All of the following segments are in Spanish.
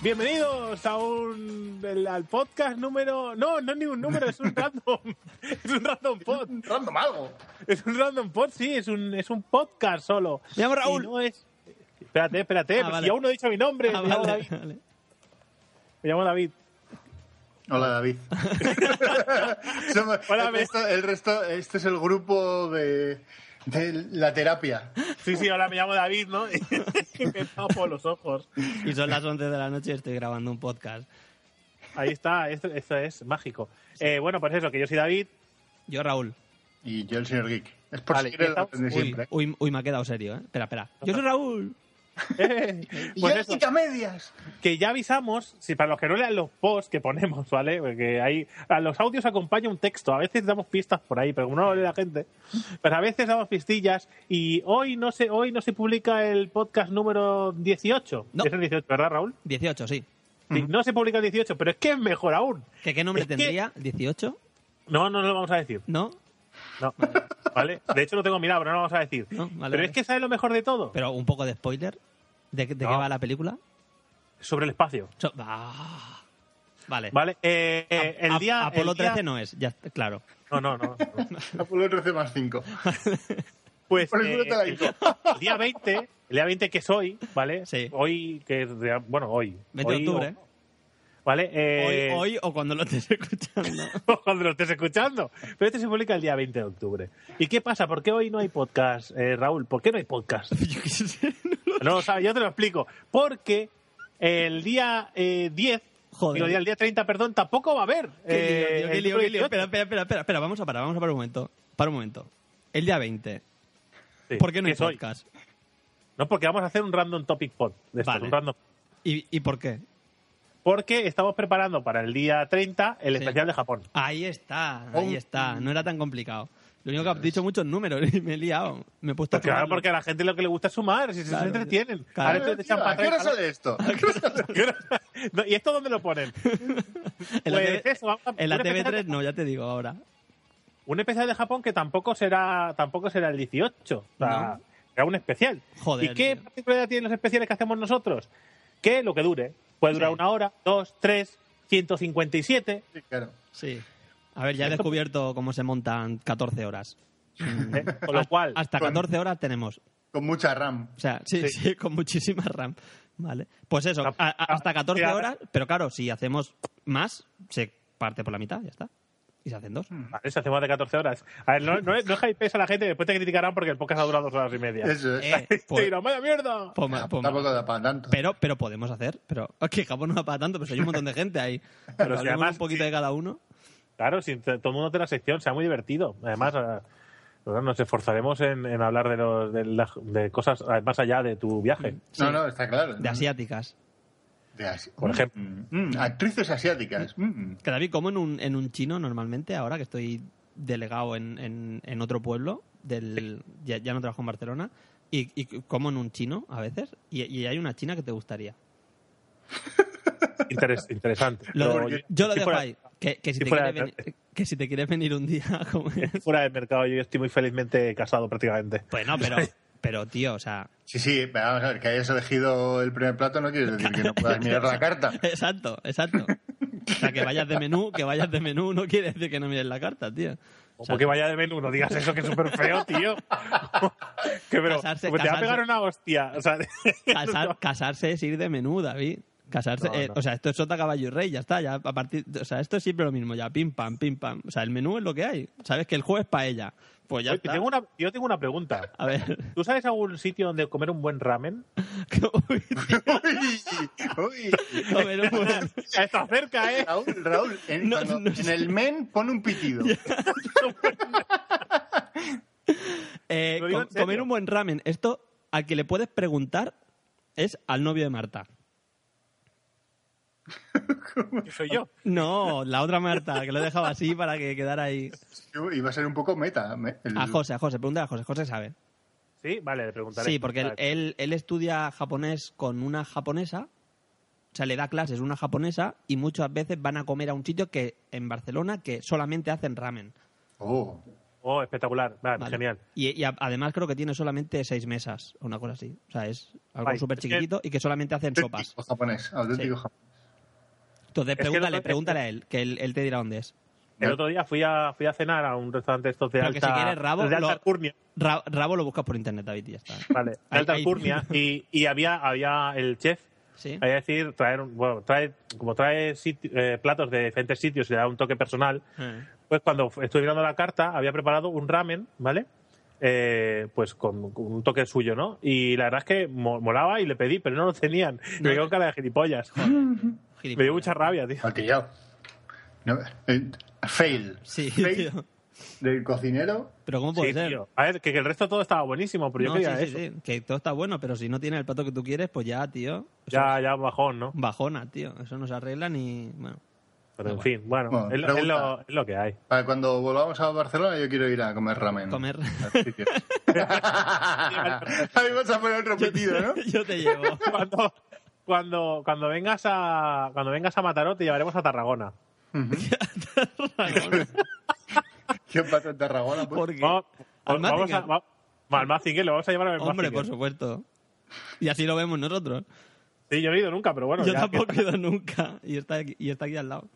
Bienvenidos a un el- al podcast número. No, no es ni un número, es un random. es un random pod. random algo. Es un random pod, sí, es un, es un podcast solo. Me llamo Raúl. Y no es- Espérate, espérate, pues Ah, si vale. aún no he dicho mi nombre. Ah, me, llamo vale, David, vale. me llamo David. Hola, David. Somos- Hola, el, David. resto, el resto- este es el grupo de, de la terapia. Sí, sí, ahora me llamo David, ¿no? Y me tapo los ojos. Y son las 11 de la noche y estoy grabando un podcast. Ahí está, esto, esto es mágico. Eh, bueno, pues eso, que yo soy David. Yo, Raúl. Y yo, el señor Geek. Es por Vale, si quieres ya estamos- lo de Uy, siempre. uy, uy, me ha quedado serio, ¿eh? Espera, espera. Yo soy Raúl. Eh, Y pues yo, eso. Geek a medias. que ya avisamos, si para los que no lean los posts que ponemos, ¿vale? Porque ahí a los audios acompaña un texto, a veces damos pistas por ahí, pero como no lo lee la gente, pero a veces damos pistillas y hoy no se hoy no se publica el podcast número 18. No. Es el 18, ¿verdad, Raúl? 18, sí. Sí, no se publica el 18, pero es que es mejor aún. ¿Que ¿Qué nombre Es que- tendría? ¿18? No, no lo vamos a decir. ¿No? No. ¿Vale? De hecho lo tengo mirado, pero no lo vamos a decir. No, pero vale, vale. es que sabe lo mejor de todo, Pero un poco de spoiler. ¿De, de qué No. va la película? sobre el espacio, So- ah. vale. ¿vale? Eh, eh, A- el día Apolo el día- 13 no es, ya está, claro. No, no, no. no. Apolo 13 más 5. Pues Por el eh, culo te la el, hizo. el día 20, el día 20 que es hoy, ¿vale? Sí. Hoy, que es de- bueno, hoy. 20 de Hoy, octubre. o- ¿Vale? ¿eh? Eh, Hoy, hoy o cuando lo estés escuchando. Cuando lo estés escuchando. Pero este se publica el día 20 de octubre. ¿Y qué pasa? ¿Por qué hoy no hay podcast, eh, Raúl? ¿Por qué no hay podcast? Yo qué sé. No lo sabes, yo te lo explico. Porque el día eh, 10, Joder. digo, el día 30, perdón, tampoco va a haber. Qué lío, eh, tío, qué el lío, número qué lío. 18. Espera, espera, espera, espera, espera, vamos a parar, vamos a parar un momento. Para un momento. El día 20. Sí, ¿Por qué no que hay es hoy. podcast? No, porque vamos a hacer un random topic pod. de estos, Vale. un random ¿Y, ¿Y por qué? porque estamos preparando para el día 30 el Sí. especial de Japón. Ahí está, Oh. ahí está. No era tan complicado. Lo único que has dicho muchos números y me he liado. Me he puesto a Pues Claro, sumarlo. porque a la gente lo que le gusta es sumar, si se- Claro. se entretienen. Claro. Ahora te Tío, echan para ¿A qué hora atrás. sale esto? ¿Qué hora? No, ¿Y esto dónde lo ponen? En la, Pues TV, eso, vamos a- en la un especial TV3 de- no, ya te digo ahora. Un especial de Japón que tampoco será tampoco será el 18. O sea, No. será un especial. Joder, ¿Y qué tío. particularidad tienen los especiales que hacemos nosotros? Que lo que dure. Puede durar Sí. una hora, dos, tres, 157. Sí, claro. Sí. A ver, ya he descubierto cómo se montan 14 horas. ¿eh? Con lo cual, Hasta Con- 14 horas tenemos. Con mucha RAM. O sea, sí, Pues Sí. sí, con muchísima RAM. Vale. Pues eso, La- a- a- hasta la- 14 horas, pero claro, si hacemos más, se parte por la mitad, ya está. Y se hacen dos. vale, se hace más de 14 horas. A ver, no, no, no hypees a la gente, después te criticarán porque el podcast ha durado dos horas y media. Eso es. Eh, Te pues- dirán, ¡vaya mierda! pues ma- pues ma- Tampoco da para tanto. Pero, pero podemos hacer, pero es que Japón no da para tanto, pero si hay un montón de gente ahí. Pero si hablemos además- un poquito de cada uno. Claro, si t- todo el mundo tiene la sección, sea muy divertido. Además, eh, bueno, nos esforzaremos en, en hablar de, los- de la- de cosas eh, más allá de tu viaje. No, no, está claro. De asiáticas. De asi- Por ejemplo. Mm, mm, actrices asiáticas. Mm. Que David, como en un, en un chino normalmente, ahora que estoy delegado en, en- en otro pueblo, del, ya, ya no trabajo en Barcelona, y, y como en un chino a veces, y, y hay una china que te gustaría. Interes- interesante. Lo- Pero yo, yo- lo si dejo fuera- ahí. Que, que si si te fuera- quieres venir, que si te quieres venir un día a comer. Fuera del mercado, yo estoy muy felizmente casado prácticamente. Pues no, pero, pero tío, o sea. Sí, sí, pero vamos a ver, que hayas elegido el primer plato no quiere decir que no puedas mirar la carta. Exacto, exacto. O sea, que vayas de menú, que vayas de menú no quiere decir que no mires la carta, tío. O sea, Como que vaya de menú, no digas eso que es súper feo, tío. que pero, Casarse- como te va a casarse. pegar una hostia. O sea, casar- casarse es ir de menú, David. Casarse, No, eh, no. o sea, esto es sota, caballo y rey, ya está, ya a partir, o sea, esto es siempre lo mismo, ya pim pam, pim pam, o sea, el menú es lo que hay, sabes que el juego es paella, pues ya Oye, está. tengo una- yo tengo una pregunta. A ver, ¿Tú sabes algún sitio donde comer un buen ramen? Uy, Uy, uy. no, pero bueno. Está cerca, ¿eh? Raúl, Raúl, en, No, cuando- no en sé. el men pone un pitido. Eh, Lo digo com- en serio. comer un buen ramen, esto al que le puedes preguntar es al novio de Marta. Que soy yo. No, la otra Marta, que lo he dejado así para que quedara ahí. Iba a ser un poco meta. me- el- A José, a José, pregúntale a José, José sabe. Sí, vale, le preguntaré. Sí, porque él, Vale. él- él estudia japonés con una japonesa, o sea, le da clases una japonesa y muchas veces van a comer a un sitio que en Barcelona que solamente hacen ramen. Oh, Oh, espectacular. Vale, Vale. Genial. Y, y a- además creo que tiene solamente seis mesas, o una cosa así. O sea, es algo Ay, súper es que- chiquitito y que solamente hacen sopas. auténtico japonés, auténtico Sí. japonés. Entonces, que pregúntale, lo- pregúntale a él, que él, él te dirá dónde es. El Vale. otro día fui a, fui a cenar a un restaurante de estos de Pero que alta, si quieres rabo, de alta lo- alcurnia. Ra- Rabo lo buscas por internet, David, y ya está. ¿eh? Vale, de Ahí- alta ahí. alcurnia. Y, y había, había el chef, ¿Sí? había decir, traer, un- bueno, trae, como trae siti- eh, platos de diferentes sitios y le da un toque personal, Eh. pues cuando f- estuve mirando la carta había preparado un ramen, ¿vale? Eh, pues con, con un toque suyo, ¿no? Y la verdad es que mo- molaba y le pedí, pero no lo tenían. Y No. me quedó con cara de gilipollas. Me dio Gilipollas. mucha rabia, tío. Malcriado. No, eh, fail. Sí, fail tío. del cocinero. Pero ¿cómo puede Sí, ser? tío. A ver, que, que el resto todo estaba buenísimo, pero yo No, quería sí, sí, eso. sí, Que todo está bueno, pero si no tienes el plato que tú quieres, pues ya, tío. Eso Ya, es ya bajón, ¿no? Bajona, tío. Eso no se arregla ni. Bueno. Pero en Bueno. fin, bueno, Bueno, es, lo, es pregunta. lo- es lo que hay. Para cuando volvamos a Barcelona, yo quiero ir a comer ramen. Comer. Así que- Ahí vas a poner otro pitido, ¿no? Yo te llevo. Cuando, cuando, cuando vengas a cuando vengas a Mataró te llevaremos a Tarragona. ¿Qué pasa en Tarragona? pues? Porque. Vamos, Al vamos a, Mazinger. va- al Mazinger, lo vamos a llevar a ver Hombre, Mazinger. por supuesto. Y así lo vemos nosotros. Sí, yo no he ido nunca, pero bueno. Yo ya que- tampoco he ido nunca. Y está, aquí, y está aquí al lado.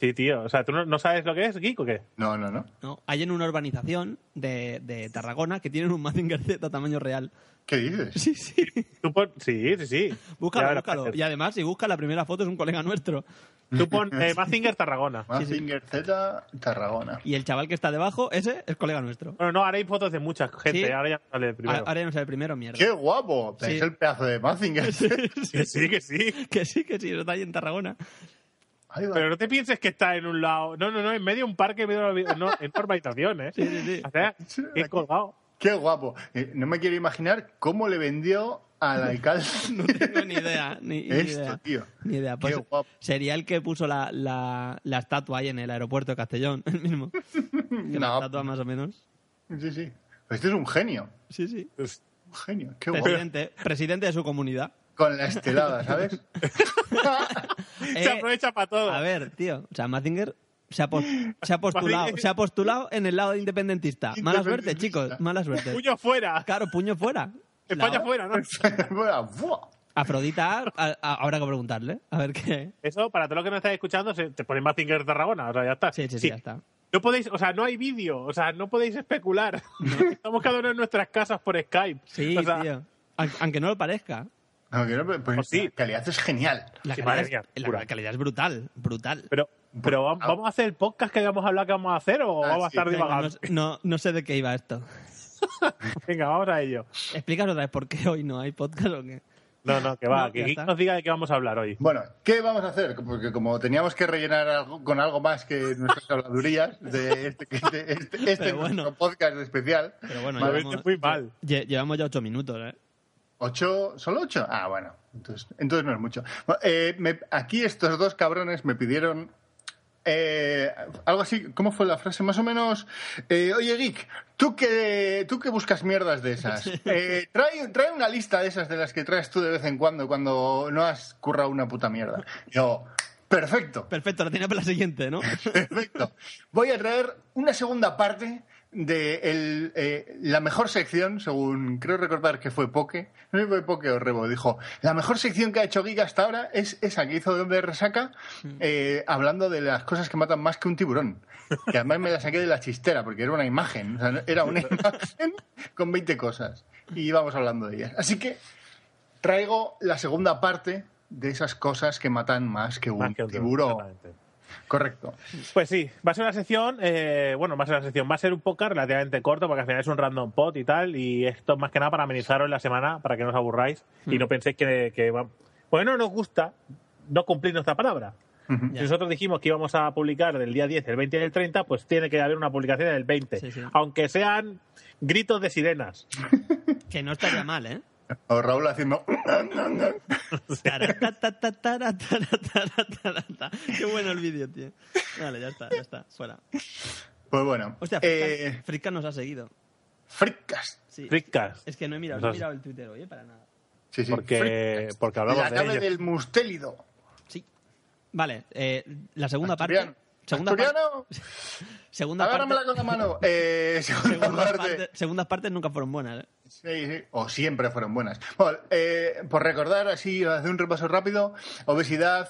Sí, tío. O sea, ¿tú no, no sabes lo que es, Geek, o qué? No, no, no. ¿no? Hay en una urbanización de, de Tarragona que tienen un Mazinger Z a tamaño real. ¿Qué dices? Sí, sí. Tú pon- Sí, sí, sí. Ya Búscalo, verás, búscalo. Peter. Y además, si buscas la primera foto, es un colega nuestro. Tú pon eh, Mazinger Tarragona. Mazinger Z, Tarragona. Y el chaval que está debajo, ese es colega nuestro. Bueno, no, ahora hay fotos de mucha gente. Sí. Ahora ya sale el primero. Ahora ya no sé el primero, mierda. ¡Qué guapo! Sí. Es el pedazo de Mazinger Z. Que sí, que sí. Que sí, que sí, eso está ahí en Tarragona. Ahí va. Pero no te pienses que está en un lado. No, no, no, en medio de un parque, en medio de una- no, en urbanización, ¿eh? Sí, sí, sí. O sea, que colgado. ¡Qué guapo! Eh, no me quiero imaginar cómo le vendió al alcalde No tengo ni idea, ni, ni esto, idea. tío. Ni idea. Qué Pues guapo. sería el que puso la, la, la estatua ahí en el aeropuerto de Castellón, el mismo. Que La Mm, No. estatua más o menos. Sí, sí. Este es un genio. Sí, sí. Un genio. Qué guapo. Presidente, presidente de su comunidad. Con la estelada, ¿sabes? Eh, Se aprovecha para todo. a ver, tío, o sea, Mazinger se ha, pos- se ha postulado, Mazinger. se ha postulado en el lado independentista. Mala suerte, Independentista. chicos, mala suerte. Puño fuera. Claro, puño fuera. España La- fuera, ¿no? Bueno, ¡buah! Afrodita, a- a- habrá que preguntarle. A ver qué. Eso, para todos los que no estáis escuchando, se- te ponen Mazinger Tarragona. O sea, ya está. Sí, sí, sí, ya está. No podéis, o sea, no hay vídeo, o sea, no podéis especular. Estamos cada uno en nuestras casas por Skype. Sí, o sea, tío. Aunque- Aunque no lo parezca. Aunque no, pero- pero Pues sí. La calidad es genial. La, Sí, madre calidad, mía, es, la pura. calidad es brutal, brutal. Pero, pero ¿vam- Ah. ¿vamos a hacer el podcast que habíamos hablado que vamos a hacer o Ah, vamos a sí. estar Venga, divagando? no, no- no sé de qué iba esto. Venga, vamos a ello. ¿Explicas otra vez por qué hoy no hay podcast o qué? No, no, que va, No, que ya Geek está. nos diga de qué vamos a hablar hoy. Bueno, ¿qué vamos a hacer? Porque como teníamos que rellenar algo- con algo más que nuestras habladurías de este, de este- este Pero bueno. nuestro podcast especial. Pero bueno, Me Madre, viste muy mal. Lle- llevamos ya ocho minutos, ¿eh? ¿Ocho? ¿Solo ocho? Ah, bueno. Entonces, entonces no es mucho. Bueno, eh, me- aquí estos dos cabrones me pidieron eh, algo así, ¿cómo fue la frase? Más o menos, eh, oye Geek, ¿tú que, tú que buscas mierdas de esas, eh, trae, trae una lista de esas de las que traes tú de vez en cuando cuando no has currado una puta mierda. Yo, perfecto. Perfecto, la tenía para la siguiente, ¿no? Perfecto. Voy a traer una segunda parte de el, eh, la mejor sección, según creo recordar que fue Poke, no sé si fue Poke o Rebo, dijo, la mejor sección que ha hecho Giga hasta ahora es esa que hizo de Hombre de Resaca, Mm. eh, hablando de las cosas que matan más que un tiburón. Que además me la saqué de la chistera, porque era una imagen, o sea, no- era una imagen con 20 cosas. Y íbamos hablando de ellas. Así que traigo la segunda parte de esas cosas que matan más que un Más que otro, tiburón. exactamente. Correcto. Pues sí, va a ser una sección, eh, bueno, va a ser una sección, va a ser un podcast relativamente corto porque al final es un random pot y tal, y esto es más que nada para amenizaros la semana, para que no os aburráis Hmm. y no penséis que, que va... Pues no nos gusta no cumplir nuestra palabra. Ujú. Si nosotros dijimos que íbamos a publicar del día 10, el 20 y el 30, pues tiene que haber una publicación del 20, Sí, sí. aunque sean gritos de sirenas. Que no estaría mal, ¿eh? O Raúl haciendo. Taratatatataratataratatara. Qué bueno el vídeo, tío. Vale, ya está, ya está, fuera. Pues bueno. Hostia, eh, Fritka nos ha seguido. Frickcast. Sí. Ricas. Es que no he mirado, no he mirado el Twitter hoy, eh, para nada. Sí, sí, Porque, Frickcast. porque La hablamos de nave ellos. del mustélido. Sí. Vale, eh, la segunda Asturiano. parte. Segunda parte. Asturiano, Segunda agárramela parte. con la mano. Eh, segunda Segunda parte. parte- Segundas partes nunca fueron buenas, ¿eh? Sí, sí, o siempre fueron buenas. Bueno, eh, por recordar, así, hacer un repaso rápido, obesidad,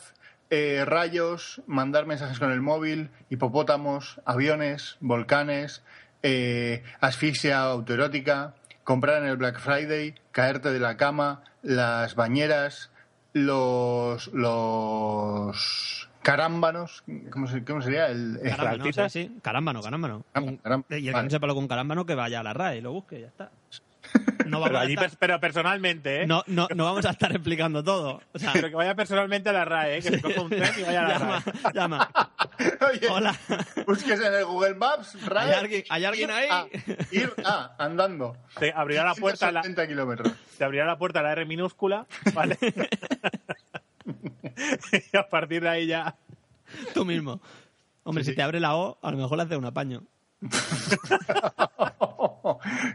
eh, rayos, mandar mensajes con el móvil, hipopótamos, aviones, volcanes, eh, asfixia autoerótica, comprar en el Black Friday, caerte de la cama, las bañeras, los... los carámbanos, ¿cómo, se- cómo sería? El, eh, el- Caramba, no, sí, ¿Estalactitas? sí. Carámbano, carámbano. Caramba, Un- caramba, Y el que vale. no sepa lo con carámbano, que vaya a la RAE y lo busque, ya está. No vamos, Pero, a allí estar, pers- pero personalmente, ¿eh? no, no, no vamos a estar explicando todo. O sea, Pero que vaya personalmente a la RAE, ¿eh? que se coja un tren y vaya a la llama, RAE. llama. Oye, Hola. Busques en el Google Maps, RAE, ¿Hay alguien- hay alguien ir ahí? a- ir a, andando. Te abrirá la puerta a la, 170 kilómetros. te abrirá la puerta a la R minúscula, ¿vale? y a partir de ahí ya. Tú mismo. Hombre, Sí, si sí. te abre la O, a lo mejor le hace un apaño.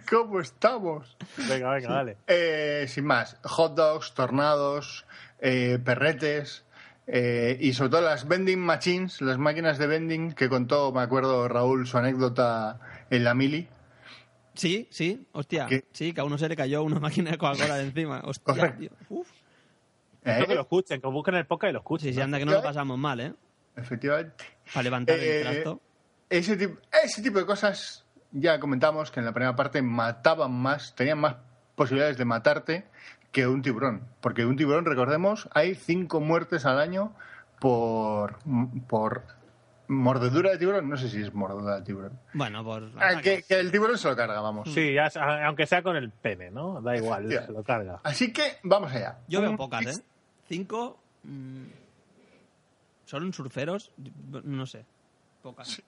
¿Cómo estamos? Venga, venga, dale. Eh, sin más, hot dogs, tornados, eh, perretes eh, y sobre todo las vending machines, las máquinas de vending que contó, me acuerdo Raúl, su anécdota en la mili. Sí, sí, hostia. ¿Qué? Sí, que a uno se le cayó una máquina de Coca-Cola de encima. Hostia, Correcto. tío. Uf. Espero que lo Eh, escuchen, que busquen el podcast y lo escuchen. Sí, sí, anda que no ¿Ya lo ves? pasamos mal, ¿eh? efectivamente. Para levantar Eh, el trasto. Ese tipo, ese tipo de cosas ya comentamos que en la primera parte mataban más, tenían más posibilidades de matarte que un tiburón. Porque un tiburón, recordemos, hay cinco muertes al año por, por mordedura de tiburón. No sé si es mordedura de tiburón. Bueno, pues, eh, por... Ah, que, que el tiburón se lo carga, vamos. Sí, ya, sea- aunque sea con el pene, ¿no? Da igual, Hostia. se lo carga. Así que vamos allá. Yo veo Un pocas, fix- ¿eh? Cinco... mm, Solo en surferos, no sé. Pocas.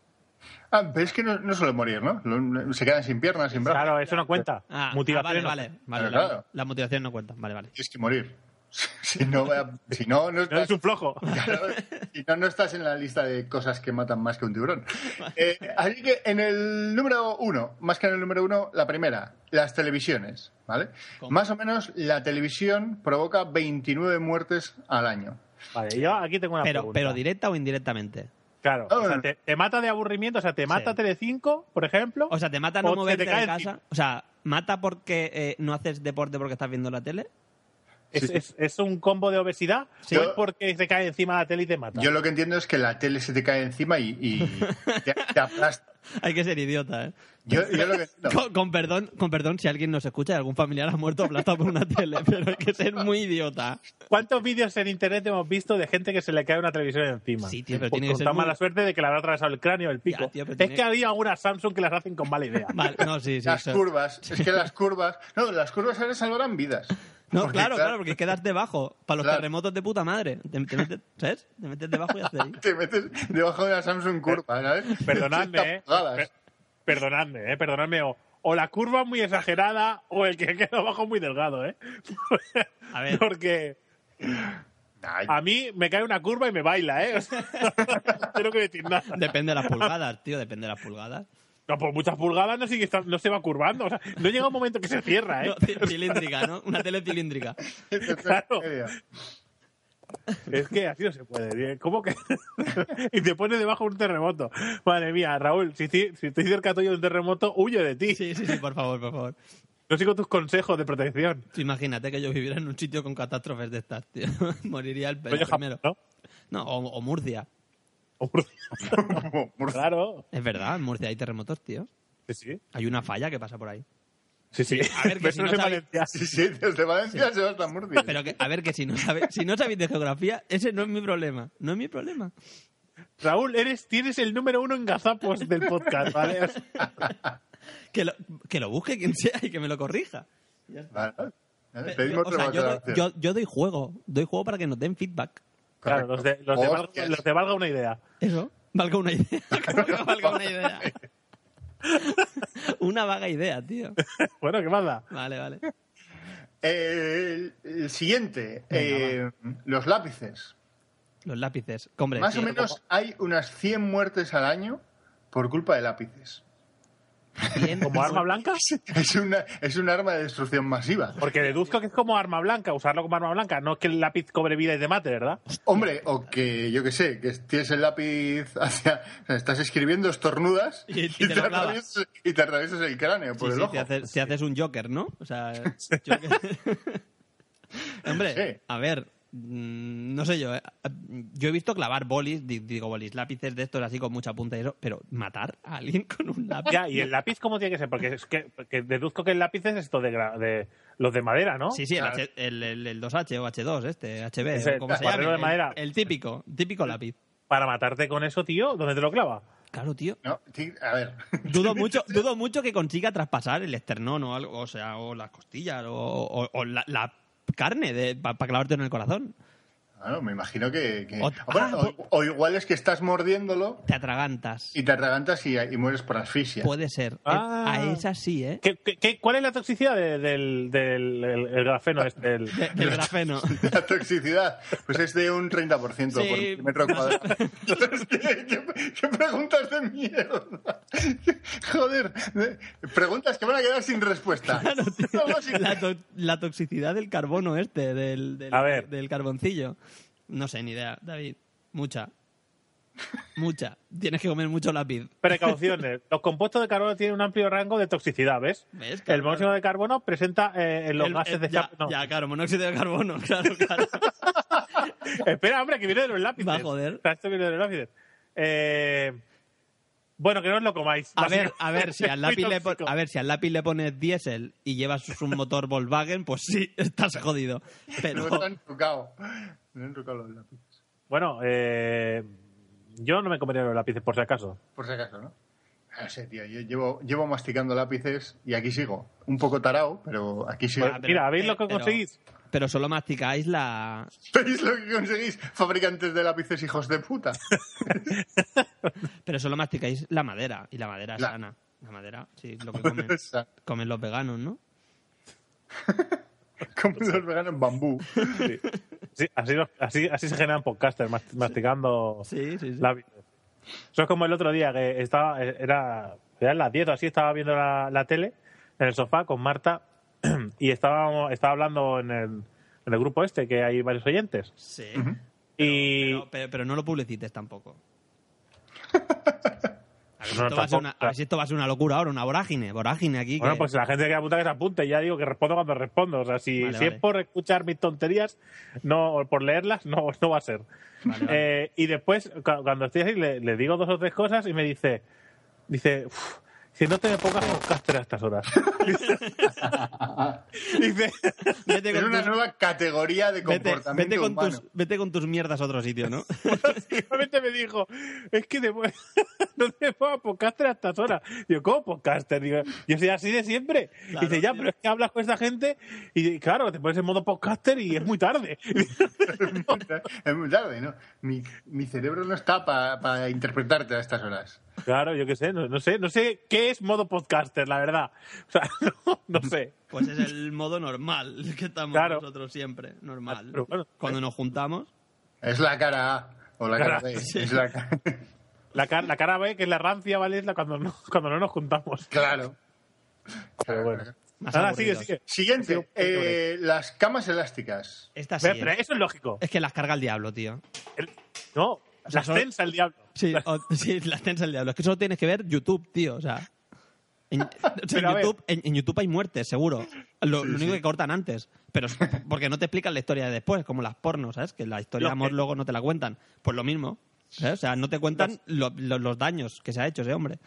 Ah, pero es que no, no suele morir, ¿no? Lo- Se quedan sin piernas, sin brazos. Claro, eso no cuenta. Ah, ah, Motivación vale, no- vale. vale, Pero la, claro. la motivación no cuenta. Vale, vale. Tienes que morir. Si no, vaya- si no, no No estás- es un flojo. Claro, si no, no estás en la lista de cosas que matan más que un tiburón. Eh, así que en el número uno, más que en el número uno, la primera, las televisiones, ¿vale? ¿Cómo? Más o menos la televisión provoca 29 muertes al año. Vale, yo aquí tengo una Pero, pregunta. pero directa o indirectamente. Claro, o sea, te, te mata de aburrimiento, o sea, te mata Sí. Telecinco, por ejemplo. O sea, te mata no o se moverte te de cae casa. encima. O sea, mata porque eh, no haces deporte porque estás viendo la tele. Es, Sí, sí. es- es un combo de obesidad. Sí. O es porque te cae encima la tele y te mata. Yo lo que entiendo es que la tele se te cae encima y, y te, te aplasta. Hay que ser idiota, ¿eh? Yo, yo lo que entiendo. Con, con perdón, con perdón si alguien nos escucha y algún familiar ha muerto aplastado por una tele, pero hay que ser muy idiota. ¿Cuántos vídeos en internet hemos visto de gente que se le cae una televisión encima? Sí, tío, pero Por- tiene que con ser tan muy- mala suerte de que le habrá atravesado el cráneo, el pico. Ya, tío, pero es tiene- que había algunas Samsung que las hacen con mala idea. Vale, no, sí, sí. Las eso- curvas, es que las curvas. No, las curvas ahora salvarán vidas. No, Porque, claro, claro, porque quedas debajo. Para los Claro. terremotos de puta madre. Te, te metes, ¿Sabes? Te metes debajo y haces ahí. Te metes debajo de la Samsung curva, ¿sabes? Perdonadme, 80 eh. pulgadas. Per- Perdonadme, eh. Perdonadme. O, o la curva es muy exagerada o el que queda abajo muy delgado, eh. A ver. Porque Ay, a mí me cae una curva y me baila, eh. O sea, no tengo que decir nada. Depende de las pulgadas, tío, depende de las pulgadas. No, por muchas pulgadas no, sigue esta- no se va curvando. O sea, no llega un momento que se cierra, eh. No, ci- cilíndrica, ¿no? Una tele cilíndrica. claro. Es que así no se puede. tío. ¿Cómo que? y te pone debajo un terremoto. Madre mía, Raúl, si, ci- si estoy cerca tuyo de un terremoto, huyo de ti. Sí, sí, sí, por favor, por favor. No sigo tus consejos de protección. Tú imagínate que yo viviera en un sitio con catástrofes de estas, tío. Moriría el Pues Coño, pelo Japón, primero. ¿no? No, o, o Murcia. O Murcia. Murcia. Claro. Es verdad, en Murcia hay terremotos, tío. Sí, sí. Hay una falla que pasa por ahí. Sí, sí. Sí, a ver, que Pero si eso no es en sabe- Valencia. Sí, sí, desde Valencia se va hasta Murcia. Pero que, a ver, que si no, sabe- si no sabéis de geografía, ese no es mi problema. No es mi problema. Raúl, eres, tienes el número uno en gazapos del podcast, ¿vale? O sea, Que lo, que lo busque quien sea y que me lo corrija. Vale. Vale, Pero- Pedimos o sea, yo, doy- revocación. yo, yo doy juego. Doy juego para que nos den feedback. claro, Correcto. los de, los, de valga, Hostias. los de Valga una idea. Eso. Valga una idea. Como que valga una idea. una vaga idea, tío. Bueno, ¿qué más da? Vale, vale. Eh, el, el siguiente, Venga, eh, los lápices. Los lápices. Hombre, Más sí, o menos hay unas 100 muertes al año por culpa de lápices. bien. ¿Como arma blanca? Es, una, es un arma de destrucción masiva. Porque deduzco que es como arma blanca, usarlo como arma blanca. No es que el lápiz cobre vida y te mate, ¿verdad? Hombre, o que yo que sé, que tienes el lápiz hacia. o sea, estás escribiendo, estornudas Y- y te lo clavas. atraviesas, y te atraviesas el cráneo Sí, por el sí, ojo. te, haces, te haces un Joker, ¿no? O sea, Joker. Hombre, Sí. a ver, mm, no sé yo. eh, Yo he visto clavar bolis, di- digo bolis, lápices de estos así con mucha punta y eso, pero matar a alguien con un lápiz. Ya, ¿y el lápiz cómo tiene que ser? Porque, es que, porque deduzco que el lápiz es esto de, gra- de los de madera, ¿no? Sí, sí, el, Claro. H- el, el- el 2H o H2, este, HB, Ese, o como se barrero llame, de el- madera. El, típico, típico lápiz. Para matarte con eso, tío, ¿dónde te lo clava? Claro, tío. No, sí, a ver. Dudo mucho, dudo mucho que consiga traspasar el esternón o algo, o sea, o las costillas, o, o- o la, la carne para clavarte en el corazón. Bueno, me imagino que. que- O- o, bueno, ah, o- o igual es que estás mordiéndolo Te atragantas. y te atragantas y, y mueres por asfixia. Puede ser. Eh, Ah. A esa sí, ¿eh? ¿Qué, qué- qué- cuál es la toxicidad de- del, del el- el grafeno? Este, el- De- del grafeno. La toxicidad, pues es de un 30% Sí, por metro no cuadrado. Entonces, ¿qué, qué- qué preguntas de mierda? Joder, eh, preguntas que van a quedar sin respuesta. Claro, tío. Algo así. la, to- la toxicidad del carbono este, del, del, A ver. del carboncillo. No sé, ni idea, David. Mucha. Mucha. Tienes que comer mucho lápiz. Precauciones. Los compuestos de carbono tienen un amplio rango de toxicidad, ¿ves? ¿Ves? El monóxido de carbono presenta eh, en los El- gases el- de ya, escape- no. ya, claro, monóxido de carbono, claro, claro. Espera, hombre, que viene de los lápices. Va, joder. O sea, esto viene de los lápices. Eh, bueno, que no os lo comáis. A ver, a ver, si al Es muy lápiz le pon- tóxico. a ver, si al lápiz le pones diésel y llevas un motor Volkswagen, pues sí, estás jodido. No Pero están trucados. No han trucado los lápices. Bueno, eh, yo no me comería los lápices, por si acaso. Por si acaso, ¿no? No sé, tío, yo llevo, llevo masticando lápices y aquí sigo. Un poco tarao, pero aquí sigo. Ya, pero- Mira, ¿veis eh, lo que pero- conseguís? pero solo masticáis la ¿Veis lo que conseguís? Fabricantes de lápices, hijos de puta. pero solo masticáis la madera y la madera es La- sana. La madera, sí, es lo que comen, comen los veganos, ¿no? Como Pues los veganos bambú. Sí. Sí, así, los- así- así se generan podcasters, mas- masticando Sí, sí, sí. lápices. Eso es como el otro día que estaba, eh, era, era las 10 o así, estaba viendo la, la tele en el sofá con Marta y estábamos, estaba hablando en el, en el grupo este, que hay varios oyentes. Sí. Y Pero, pero- pero no lo publicites tampoco. A ver, si No, esto va a tampoco, ser una, a claro. ver si esto va a ser una locura ahora, una vorágine, vorágine aquí. Bueno, que- pues la gente que apunta que se apunte, ya digo que respondo cuando respondo. O sea, si, Vale, si vale. es por escuchar mis tonterías, no, o por leerlas, no, no va a ser. Vale, vale. Eh, y después, cu- cuando estoy así, le, le digo dos o tres cosas y me dice, dice, "Uf, si no te me pongas podcaster a estas horas. dice, Vete Es con una tus- nueva categoría de Vete, comportamiento vete con humano. tus, vete con tus mierdas a otro sitio, ¿no? básicamente me dijo, es que te pon- no te pongas podcaster a estas horas. Digo, ¿cómo podcaster? Digo, yo soy así de siempre. Claro, dice, ya, tío. pero es que hablas con esta gente y claro, te pones en modo podcaster y es muy tarde. es muy tarde, ¿no? Mi, mi cerebro no está para interpretarte a estas horas. Claro, yo qué sé, no, no sé, no sé qué es modo podcaster, la verdad. O sea, no, no sé. Pues es el modo normal el que estamos Claro. nosotros siempre, normal. Pero bueno, eh. Cuando nos juntamos, Es la cara A o la cara, Cara, B. sí. Es la ca- La, ca- la cara B, que es la rancia, ¿vale? Es la cuando no, cuando no nos juntamos. claro. Pero bueno. más Ahora sigue, aburridos. sigue. Siguiente, eh, las camas elásticas. Esta Ah, sí Pero, pero es. eso es lógico. Es que las carga el diablo, tío. El- no, sea, la son- tensa el diablo. Sí, o- sí, las tensa el diablo. Es que solo tienes que ver YouTube, tío. O sea, en, o sea, en Pero a ver. YouTube, en, en YouTube hay muertes, seguro. Lo, lo único que cortan antes. Pero es porque no te explican la historia de después, como las pornos, ¿sabes? Que la historia Lo de amor que- luego no te la cuentan. Pues lo mismo. ¿sabes? O sea, no te cuentan lo- lo- los daños que se ha hecho ese hombre.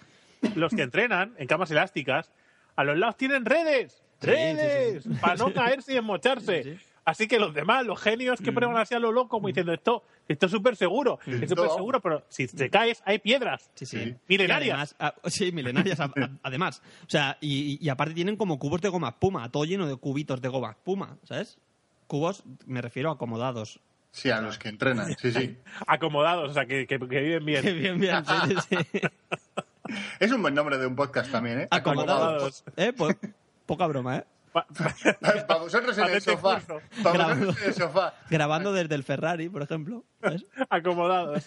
Los que entrenan en camas elásticas a los lados tienen redes. Sí, ¡Redes! sí, sí. Para no caerse y emocharse. Sí, Mm. sí. Así que los demás, los genios que prueban así a lo loco, como diciendo esto, esto es súper seguro, es Esto- súper seguro, pero si te caes, hay piedras. Mm. Sí, sí. Sí. Milenarias. Y además, ah, sí, milenarias, a- a- además. O sea, y, y aparte tienen como cubos de goma espuma, todo lleno de cubitos de goma espuma, ¿sabes? Cubos, me refiero a acomodados. Sí, a los que entrenan, sí, sí. Acomodados, o sea, que, que- que viven bien. bien, bien, sí, sí, sí. Es un buen nombre de un podcast también, ¿eh? Acomodados. ¿Eh? Pues, poca broma, ¿eh? Pa- Para pa vosotros en el Hacete sofá. curso. Para Grabando. vosotros en el sofá. Grabando desde el Ferrari, por ejemplo. ¿sabes? Acomodados.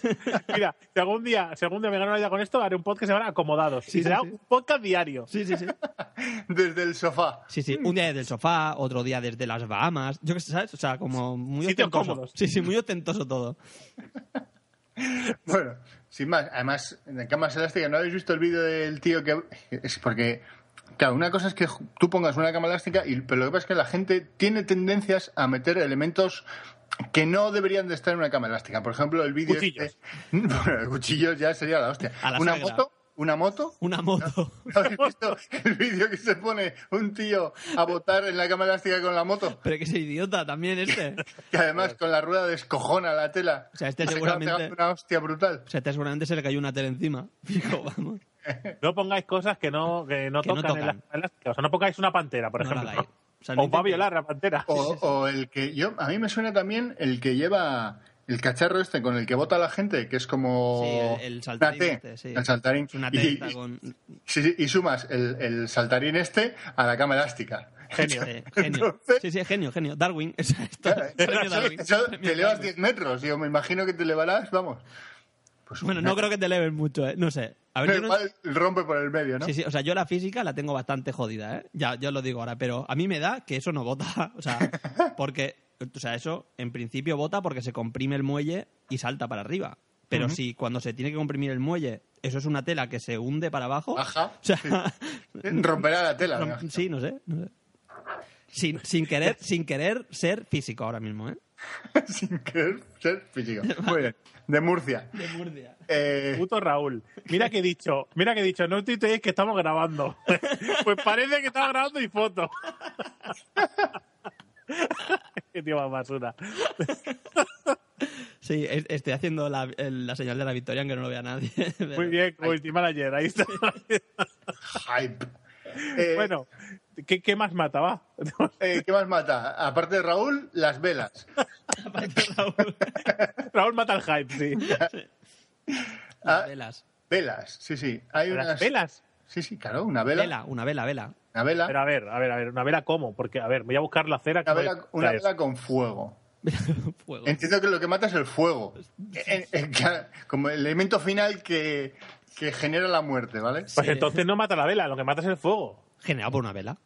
Mira, si algún día, si algún día me gano la vida con esto, haré un podcast que se llamará Acomodados. Sí, y sí, será sí. un podcast diario. Sí, sí, sí. Desde el sofá. Sí, sí. Un día desde el sofá, otro día desde las Bahamas. Yo qué sé, ¿sabes? O sea, como muy Sitios ostentoso. cómodos. Sí, sí, muy ostentoso todo. Bueno, sin más. Además, en camas elásticas, ¿no habéis visto el vídeo del tío que... Es porque... Claro, una cosa es que ju- tú pongas una cama elástica, y, pero lo que pasa es que la gente tiene tendencias a meter elementos que no deberían de estar en una cama elástica. Por ejemplo, el vídeo... Cuchillos. este- Bueno, cuchillos ya sería la hostia. A la una sagra. moto, una moto, Una moto. ¿No habéis visto el vídeo que se pone un tío a botar en la cama elástica con la moto? Pero que es idiota también este. Que además con la rueda descojona la tela. O sea, este Se acaba seguramente- pegando una hostia brutal. O sea, este seguramente se le cayó una tele encima. Fijo, vamos. No pongáis cosas que no, que no Que tocan, no en tocan. las- en las- O sea, no pongáis una pantera, por No la ejemplo. hagáis. O sea, no o va a intentéis. violar la pantera. O, o el que yo, a mí me suena también el que lleva el cacharro este con el que bota la gente, que es como Sí, el- el saltarín una T, este, sí. el saltarín. Es una Y- testa y, con... sí, sí, y sumas el, el saltarín este a la cama elástica. Genio. Sí, genio. Entonces- Sí, sí, genio, genio. Darwin. O sea, esto- premio Darwin. Eso Premio te levas Darwin. 10 metros, yo me imagino que te elevarás, vamos. Pues Bueno, no creo que te eleven mucho, ¿eh? No sé. A ver, Pero yo no- igual rompe por el medio, ¿no? Sí, sí, o sea, yo la física la tengo bastante jodida, ¿eh? Ya, yo os lo digo ahora, pero a mí me da que eso no vota, o sea, porque, o sea, eso en principio vota porque se comprime el muelle y salta para arriba, pero si cuando se tiene que comprimir el muelle, eso es una tela que se hunde para abajo, Ajá, o sea, eh, Romperá la tela. rom- ¿no? sí, no sé, no sé. Sin, sin querer, sin querer ser físico ahora mismo, ¿eh? Sin querer ser físico. Muy bien. De Murcia. De Murcia. Eh, Puto Raúl. Mira que he dicho, mira que he dicho, no tuiteéis que estamos grabando. Pues parece que estaba grabando y foto. Qué tío más basura. Sí, es- estoy haciendo la, el- la señal de la victoria aunque no lo vea nadie. pero- Muy bien, community manager, ahí está. Eh, hype. Eh, Bueno, ¿qué, qué más mata, va? eh, ¿Qué más mata? Aparte de Raúl, las velas. Raúl mata al hype, sí. Las Ah, velas. velas, sí, sí. Hay Las unas... velas. Sí, sí, claro, una vela. Vela, una vela, vela. Una vela. Pero a ver, a ver, a ver, ¿una vela cómo? Porque, a ver, voy a buscar la cera. que Una voy a vela, una traer. vela con fuego. Fuego. ¿Eh? Entiendo que lo que mata es el fuego. Pues, Eh, eh, claro, como el elemento final que, que genera la muerte, ¿vale? Pues Sí. entonces no mata la vela, lo que mata es el fuego. Generado por una vela.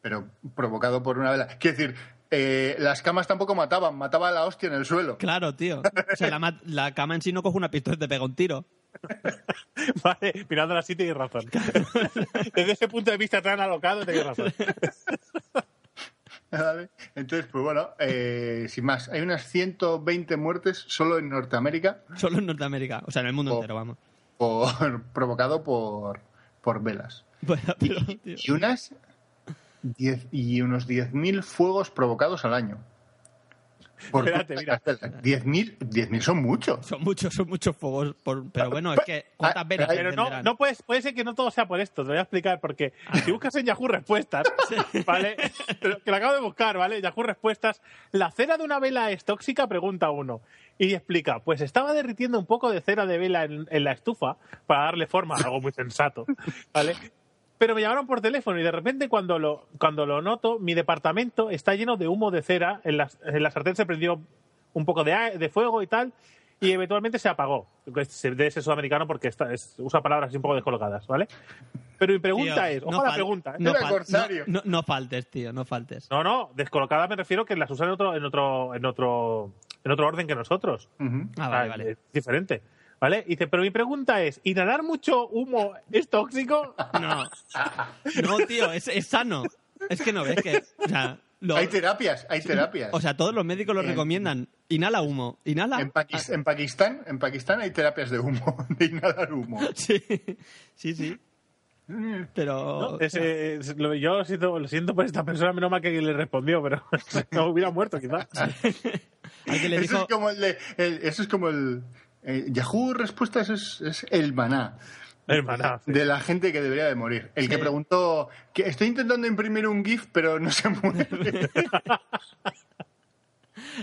Pero provocado por una vela. Quiero decir, eh, las camas tampoco mataban, mataba a la hostia en el suelo. Claro, tío. O sea, la, ma- la cama en sí no coge una pistola y te pega un tiro. Vale, mirando así tienes razón. Desde ese punto de vista tan alocado tienes razón. ¿Vale? Entonces, pues bueno, eh, sin más, hay unas 120 muertes solo en Norteamérica Solo en Norteamérica. O sea, en el mundo Oh. entero, vamos. por, provocado por, por velas. Bueno, pero, tío, Y unas 10 y unos 10.000 fuegos provocados al año. Por Espérate, mira. 10.000 10.000 son muchos. son muchos, son muchos fuegos. por- pero bueno, es que Ah, cuántas velas pero se Pero no, encenderán? no puedes, puede ser que no todo sea por esto, te lo voy a explicar, porque si buscas en Yahoo Respuestas, ¿vale? Pero Que lo acabo de buscar, ¿vale? Yahoo Respuestas, la cera de una vela es tóxica, pregunta uno. Y explica, pues estaba derritiendo un poco de cera de vela en, en la estufa para darle forma, algo muy sensato, ¿vale? Pero me llamaron por teléfono y de repente cuando lo, cuando lo noto, mi departamento está lleno de humo de cera, en la, en la sartén se prendió un poco de, a- de fuego y tal, y eventualmente se apagó. Se debe ser sudamericano porque está- es- usa palabras así un poco descolocadas, ¿vale? Pero mi pregunta Tío, es, ojo a la fal- pregunta, ¿eh? No, Era fal- corsario. no- no- no faltes, tío, no faltes. No, no, descolocada me refiero que las usan en otro, en otro, en otro, en otro orden que nosotros. Ujú. Ah, O vale, sea, vale. Es diferente. ¿Vale? Y dice, pero mi pregunta es, ¿inhalar mucho humo es tóxico? No. No, tío, es, es sano. Es que no ves que. O sea, lo- Hay terapias, hay terapias. o sea, todos los médicos lo Eh, recomiendan. Inhala humo. Inhala. en, Paquis- en Pakistán, en Pakistán hay terapias de humo, de inhalar humo. Sí, sí, sí. Pero. Es, eh, es- lo- yo lo siento, lo siento por esta persona, menos mal que le respondió, pero no hubiera muerto quizás. al que le eso, dijo. es como el de- el- eso es como el. eh, Yahoo Respuesta, eso es, es el maná Hermana. sí. de la gente que debería de morir. El que Sí. preguntó que estoy intentando imprimir un GIF, pero no se mueve.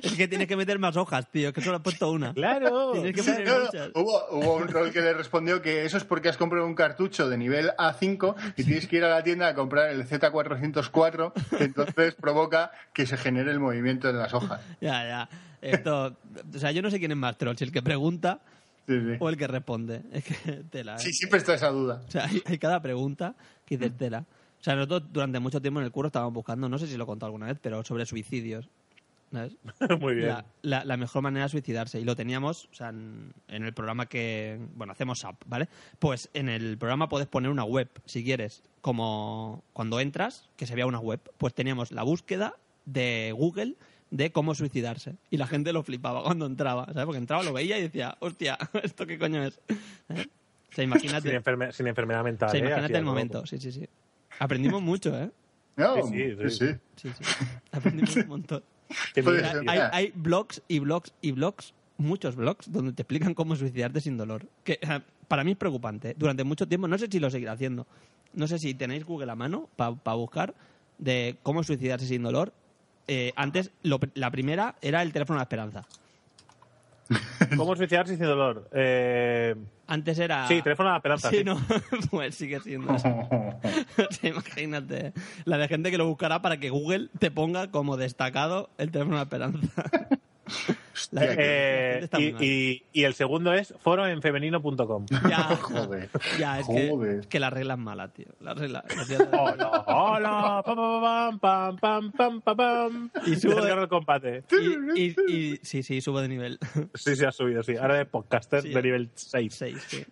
Es que tienes que meter más hojas, tío, que solo has puesto una. Claro. Tienes que No, poner no, muchas. Hubo, hubo un rol que le respondió que eso es porque has comprado un cartucho de nivel A5 y tienes que ir a la tienda a comprar el Z404, que entonces provoca que se genere el movimiento en las hojas. Ya, ya. Esto. O sea, yo no sé quién es más troll, si el que pregunta Sí, sí. o el que responde. Es que tela. ¿eh? Sí, siempre está esa duda. O sea, hay, hay cada pregunta que dices tela. O sea, nosotros durante mucho tiempo en el curro estábamos buscando, no sé si lo he contado alguna vez, pero sobre suicidios. ¿Sabes? Muy bien. La, la- la mejor manera de suicidarse. Y lo teníamos o sea, en, en el programa que. Bueno, hacemos app, ¿vale? Pues en el programa puedes poner una web, si quieres. Como cuando entras, que se vea una web. Pues teníamos la búsqueda de Google de cómo suicidarse. Y la gente lo flipaba cuando entraba, ¿sabes? Porque entraba, lo veía y decía, hostia, ¿esto qué coño es? ¿Eh? O sea, Sin, imagínate, enferme- sin enfermedad mental. o sea, ¿eh? imagínate Hacía el algo. momento. Sí, sí, sí. Aprendimos mucho, ¿eh? No, Sí, sí, sí, sí. sí. Sí, sí. Aprendimos un montón. Qué Puede bien. ser. hay, hay blogs y blogs y blogs, muchos blogs, donde te explican cómo suicidarte sin dolor. Que eh, para mí es preocupante. Durante mucho tiempo, no sé si lo seguirá haciendo. No sé si tenéis Google a mano para buscar de cómo suicidarse sin dolor. Eh, antes, lo pr- la primera era el teléfono de la esperanza. ¿Cómo suicidarse sin dolor? Eh, Antes era. Sí, teléfono de la esperanza, Sí, sí. no. pues sigue siendo eso. O sea, Imagínate la de gente que lo buscará para que Google te ponga como destacado el teléfono de la esperanza. La Hostia, qué- eh, gente está muy y, mal. y- y el segundo es foroenfemenino.com. Ya, Joder. ya es, que, Joder. es que la regla es mala, tío. La regla. la tía la- Hola, hola, pam, pam, pam, pam, pam, pam. Y sube- Desgarro el combate. Y, y- y- sí, sí, subo de nivel Sí, se ha subido, sí. Ahora de podcaster Sí, de eh. nivel 6. 6. Sí.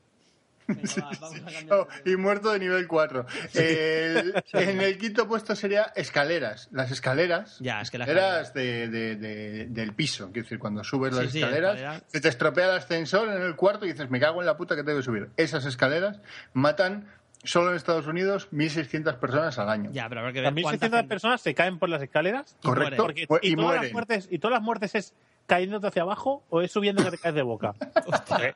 Venga, va, vamos a cambiar No, de tema. y muerto de nivel 4. en el quinto puesto sería escaleras. Las escaleras. Ya, es que la escaleras de, de- de- del piso. Quiero decir, cuando subes las Sí, sí, escaleras, escalera. se te estropea el ascensor en el cuarto y dices, me cago en la puta que tengo que subir. Esas escaleras matan solo en Estados Unidos 1.600 personas al año. Ya, pero habrá que ver También cuánta 600 gente- personas se caen por las escaleras. Correcto. Porque, Mu- y, y todas las mueren. muertes, ¿Y todas las muertes es cayéndote hacia abajo o es subiendo que te caes de boca? Hostia.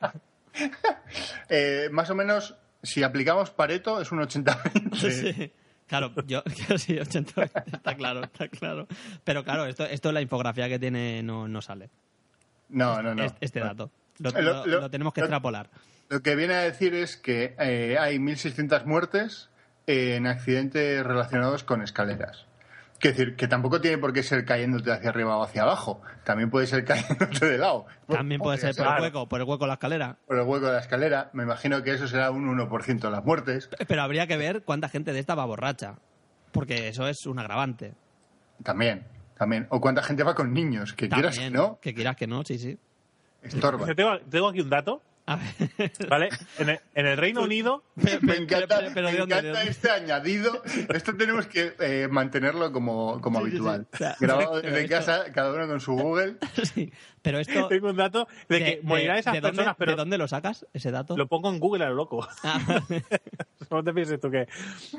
Eh, más o menos, si aplicamos Pareto, es un 80-20. Sí. Claro, yo sí, 80, está claro, está claro. Pero claro, esto, esto la infografía que tiene no, no sale, No, no, no. es- este dato. Lo, Lo- lo- lo- lo tenemos que lo- Pues, extrapolar. Lo que viene a decir es que eh, hay 1.600 muertes eh, en accidentes relacionados con escaleras. Quiero decir, que tampoco tiene por qué ser cayéndote hacia arriba o hacia abajo. También puede ser cayéndote de lado. También puede ser por Claro, el hueco, por el hueco de la escalera. por el hueco de la escalera. Me imagino que eso será un 1% de las muertes. Pero habría que ver cuánta gente de esta va borracha, porque eso es un agravante. También, también. O cuánta gente va con niños, que quieras que También, no, Que quieras que no, sí, sí. estorba. Yo tengo, tengo aquí un dato, A ver. ¿vale? En el, en el Reino Unido, Me encanta, pero- pero me ¿de dónde, encanta de dónde? este añadido. Esto tenemos que eh, mantenerlo como, como Sí, sí, sí. habitual. O sea, Grabado pero desde esto- casa, cada uno con su Google. Sí, Pero esto. tengo un dato de, que morirán esas de dónde- personas, ¿De pero dónde lo sacas, ese dato? lo pongo en Google a lo loco. Ah, vale. no te pienses tú que.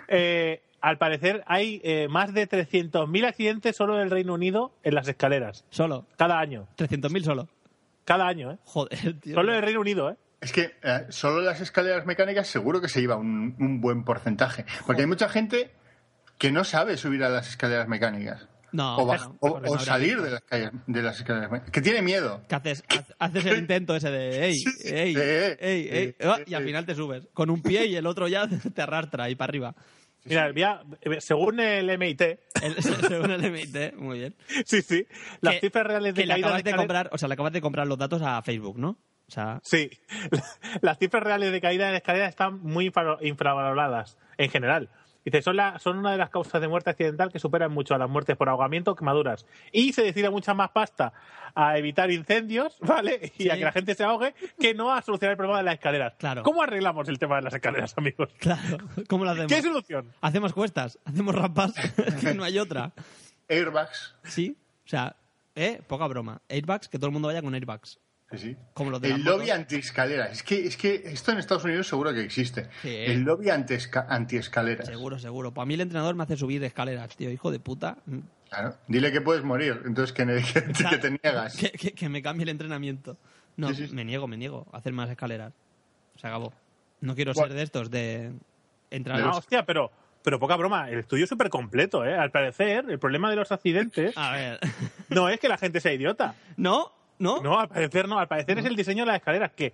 Eh, al parecer hay eh, más de 300.000 accidentes solo en el Reino Unido en las escaleras. solo. Cada año. 300.000 solo. Cada año, ¿eh? Joder, tío. Solo en el Reino Unido, ¿eh? Es que eh, solo las escaleras mecánicas seguro que se lleva un, un buen porcentaje. Porque hay mucha gente que no sabe subir a las escaleras mecánicas. No, o, baj- no, o- Ah, o porque no habrá salir visto. de las, calles- de las escaleras mecánicas. Que tiene miedo. Que haces, ha- haces el intento ese de. ¡Ey! sí, ¡Ey! eh, ¡Ey! eh, ey", oh, eh, y al eh. final te subes. Con un pie y el otro ya te arrastra ahí para arriba. Mira, vía- según el MIT, El- según el MIT, ¿eh? muy bien. sí, sí, las Que- cifras reales que de le caídas acabas de escalera- comprar, o sea, le acabas de comprar los datos a Facebook, ¿no? O sea, Sí, las cifras reales de caída en escaleras están muy infra- infravaloradas en general. Dice, son, la- son una de las causas de muerte accidental que superan mucho a las muertes por ahogamiento o quemaduras. Y se decide mucha más pasta a evitar incendios, ¿vale? Y a Sí. que la gente se ahogue, que no a solucionar el problema de las escaleras. Claro. ¿Cómo arreglamos el tema de las escaleras, amigos? claro, ¿cómo lo hacemos? ¿Qué solución? Hacemos cuestas, hacemos rampas, que no hay otra. Airbags. Sí, o sea, eh, poca broma. Airbags, que todo el mundo vaya con airbags. Sí, sí. Como los de las El lobby motos. anti-escalera. Es que, es que esto en Estados Unidos seguro que existe. Sí. El lobby anti-esca- anti-escaleras. Seguro, seguro. Para mí el entrenador me hace subir escaleras, tío, hijo de puta. Claro. Dile que puedes morir, entonces que, ne- que te- que te niegas. Que, que- que me cambie el entrenamiento. No, Sí, sí, sí. me niego, me niego a hacer más escaleras. Se acabó. No quiero Bueno. ser de estos, de entrar De Ah, los- hostia, pero, pero poca broma. El estudio es súper completo, ¿eh? Al parecer, el problema de los accidentes A ver. no es que la gente sea idiota. ¿No? ¿No? No, al parecer no. Al parecer es el diseño de las escaleras, que,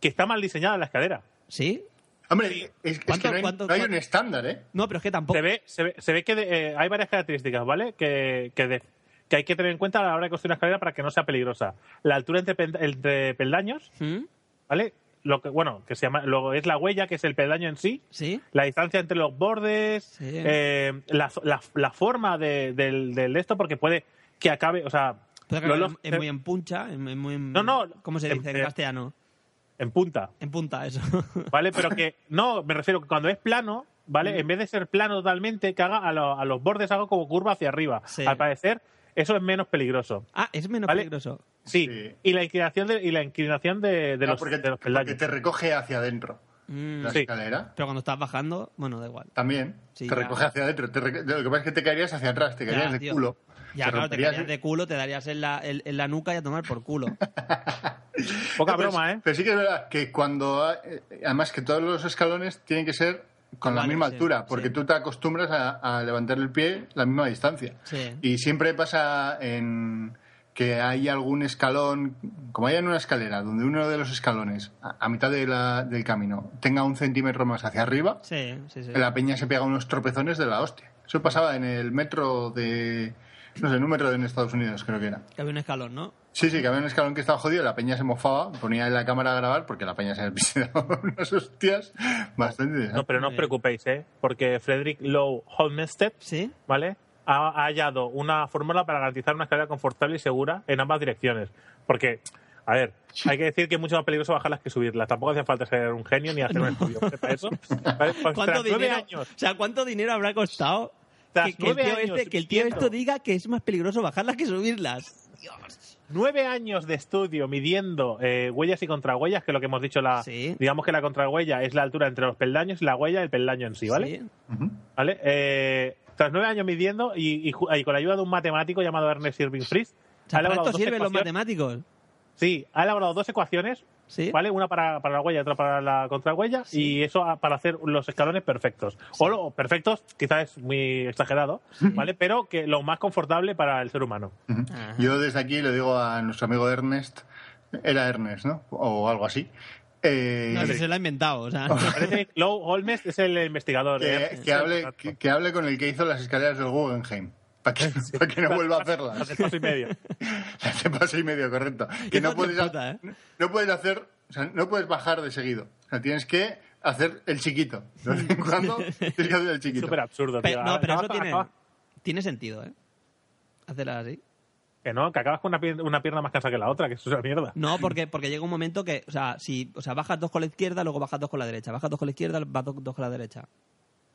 que está mal diseñada la escalera. ¿Sí? Hombre, es, es ¿Cuánto- que no hay, cuánto- no hay un cuánto- estándar, ¿eh? No, pero es que tampoco. Se ve, se ve, se ve que de- eh, hay varias características, ¿vale? Que, que, de- que hay que tener en cuenta a la hora de construir una escalera para que no sea peligrosa. La altura entre, pel- entre peldaños, ¿Mm? ¿vale? Lo que, bueno, que se llama, lo, es la huella, que es el peldaño en sí. ¿Sí? La distancia entre los bordes, Sí. eh, la, la- la forma de, del, del esto, porque puede que acabe, o sea, Puede lo- acabar en- lo- en muy en puncha, en, en muy en- No, no, ¿Cómo se en- dice en eh, castellano? en punta. En punta, eso. ¿Vale? Pero que, no, me refiero que cuando es plano, ¿vale? En vez de ser plano totalmente, que haga a, lo- a los bordes algo como curva hacia arriba. Sí. Al parecer, eso es menos peligroso. ah, es menos Vale. peligroso. Sí. Sí. Y la inclinación de, y la inclinación de, de No, los, porque, de los porque peldaños. te recoge hacia adentro Mm. la Sí. escalera. Pero cuando estás bajando, bueno, da igual. También. Sí, te ya. recoge hacia adentro. te reco- lo que pasa es que te caerías hacia atrás, te caerías de tío. culo. Ya, Te claro, te romperías- caerías de culo, te darías en la, en- en la nuca y a tomar por culo. Poca No, pero broma, sí- ¿eh? Pero sí que es verdad que cuando. eh, además, que todos los escalones tienen que ser con la Iguales, misma sí, altura, porque sí. tú te acostumbras a, a levantar el pie la misma distancia. Sí. Y siempre pasa en que hay algún escalón, como hay en una escalera, donde uno de los escalones, a, a mitad de la- del camino, tenga un centímetro más hacia arriba, Sí, sí, sí. la peña se pega unos tropezones de la hostia. Eso pasaba en el metro de. No sé, número en Estados Unidos, creo que era. Que había un escalón, ¿no? Sí, sí, que había un escalón que estaba jodido, la peña se mofaba, ponía en la cámara a grabar porque la peña se le daba unas hostias bastante No, pero no os Muy bien. preocupéis, ¿eh? Porque Frederick Lowe Homestead, Sí. ¿vale? Ha, ha hallado una fórmula para garantizar una escalera confortable y segura en ambas direcciones. Porque, a ver, hay que decir que es mucho más peligroso bajarlas que subirlas. Tampoco hace falta ser un genio ni hacer un estudio para eso. ¿Vale? Pues ¿Cuánto tras nueve dinero, años, O sea, ¿cuánto dinero habrá costado Tras que, que el nueve tío, años este- que el tío viviendo. esto diga que es más peligroso bajarlas que subirlas? nueve años de estudio midiendo eh, huellas y contrahuellas, que es lo que hemos dicho, la, Sí. digamos que la contrahuella es la altura entre los peldaños y la huella del peldaño en sí, ¿vale? Ujú. ¿Vale? Eh, tras nueve años midiendo y, y ju- y con la ayuda de un matemático llamado Ernest Irving Fries, O sea, para esto dos sirven ecuaciones- los matemáticos. sí, ha elaborado dos ecuaciones, Sí. ¿vale? Una para, para la huella y otra para la contrahuella, y eso a- para hacer los escalones perfectos. O lo- perfectos, quizás es muy exagerado, ¿vale? Pero que lo más confortable para el ser humano. Ujú. Ajá. Yo desde aquí le digo a nuestro amigo Ernest, era Ernest, ¿no? O algo así. Eh, No, si se lo ha inventado. O sea, Frederick Lowe Holmes es el investigador. ¿eh? que, que hable, que, que hable con el que hizo las escaleras del Guggenheim, para que, pa' que no vuelva a hacerlas. Hace paso y medio. Hace paso y medio, correcto. Que Hijo no de puedes, puta, ¿eh? no puedes hacer, o sea, no puedes bajar de seguido. O sea, tienes que hacer el chiquito. De vez en cuando tienes que hacer el chiquito. Súper absurdo, pe- tío. no, pero Acabas- eso tiene, acabas- tiene sentido, ¿eh? Hacerlas así. Que no, que acabas con una pier- una pierna más cansada que la otra, que eso es una mierda. No, porque, porque llega un momento que, o sea, si, o sea, bajas dos con la izquierda, luego bajas dos con la derecha, bajas dos con la izquierda, bajas dos, dos con la derecha.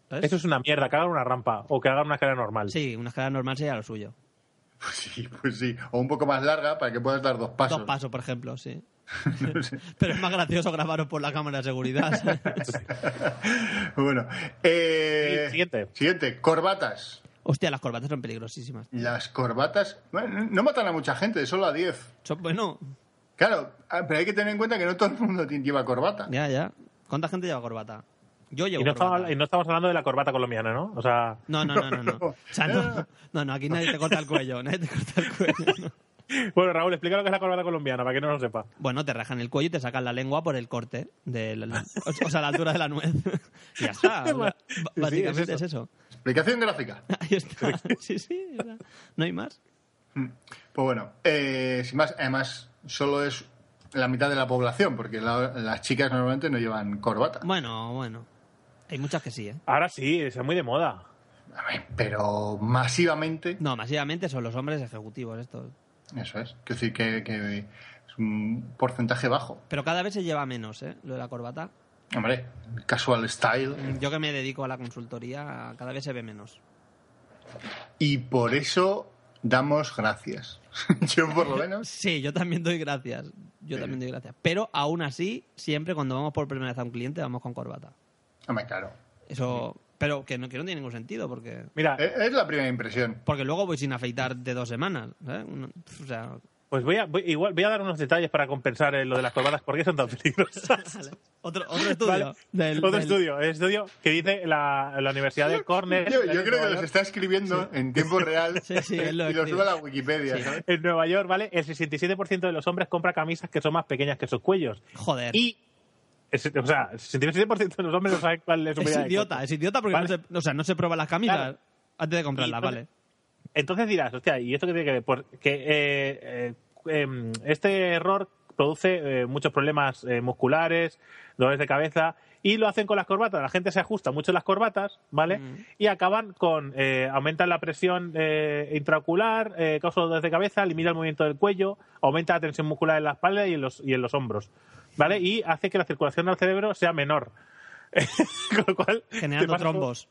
¿Sabes? Eso es una mierda, que hagan una rampa o que hagan una escalera normal. Sí, una escalera normal sería lo suyo. Pues sí, pues sí. O un poco más larga para que puedas dar dos pasos. Dos pasos, por ejemplo, sí. Pero es más gracioso grabaros por la cámara de seguridad. ¿sabes? bueno. eh, Sí, siguiente. Siguiente, corbatas. Hostia, las corbatas son peligrosísimas. Las corbatas bueno, no matan a mucha gente, solo a 10. Son- bueno, Claro, ah, pero hay que tener en cuenta que no todo el mundo ti- lleva corbata. ya, ya. ¿Cuánta gente lleva corbata? Yo llevo Y no, corbata. estamos, y no estamos hablando de la corbata colombiana, ¿no? O sea, No, no, no, no, no. O sea, no, no, no, aquí nadie te corta el cuello, nadie te corta el cuello. no. bueno, Raúl, explica lo que es la corbata colombiana, para que no lo sepa. Bueno, te rajan el cuello y te sacan la lengua por el corte, de la- la- o, o sea, la altura de la nuez. Y ya está. o sea, b- básicamente es es eso. Explicación gráfica. Ahí está. Sí, sí. o sea, No hay más. Pues bueno, eh, sin más, además, solo es la mitad de la población, porque la- las chicas normalmente no llevan corbata. Bueno, bueno. Hay muchas que sí, ¿eh? Ahora sí, es muy de moda. A ver, Pero masivamente, No, masivamente son los hombres ejecutivos estos. eso es. Quiero decir que, que es un porcentaje bajo. Pero cada vez se lleva menos, ¿eh? Lo de la corbata. Mm, Hombre, casual style. Yo que me dedico a la consultoría, cada vez se ve menos. Y por eso damos gracias. yo por lo menos. Sí, yo también doy gracias. Yo Sí. también doy gracias. Pero aún así, siempre cuando vamos por primera vez a un cliente, vamos con corbata. Hombre, claro. Eso, pero que no, que no tiene ningún sentido, porque Mira, Eh, Es la primera impresión. porque luego voy sin afeitar de dos semanas. ¿sabes? Uno- o sea, pues voy a, voy- igual voy a dar unos detalles para compensar eh, lo de las corbatas, porque son tan peligrosas. vale. otro, otro estudio. Vale. del- Otro del- estudio, el estudio que dice la, la Universidad de Cornell. Yo, yo en creo Nueva que los York. está escribiendo en tiempo real Sí, sí, él lo y los escribe. sube a la Wikipedia. Sí. ¿sabes? En Nueva York, ¿vale? El 67% de los hombres compra camisas que son más pequeñas que sus cuellos. Joder. Y, es- o sea, el 67% de los hombres no saben cuál es su es medida de idiota, cuerpo. es idiota porque Vale. no, se, o sea, no se prueba las camisas Claro. antes de comprarlas, Y vale. entonces- Entonces dirás, hostia, ¿y esto qué tiene que ver? Pues que eh, eh, em, este error produce eh, muchos problemas eh, musculares, dolores de cabeza, y lo hacen con las corbatas. La gente se ajusta mucho las corbatas, ¿vale? Mm. Y acaban con, eh, aumentan la presión eh, intraocular, eh, causa dolores de cabeza, limita el movimiento del cuello, aumenta la tensión muscular en la espalda y en los, y en los hombros, ¿vale? Y hace que la circulación al cerebro sea menor. con lo cual... te Generando pasa- trombos.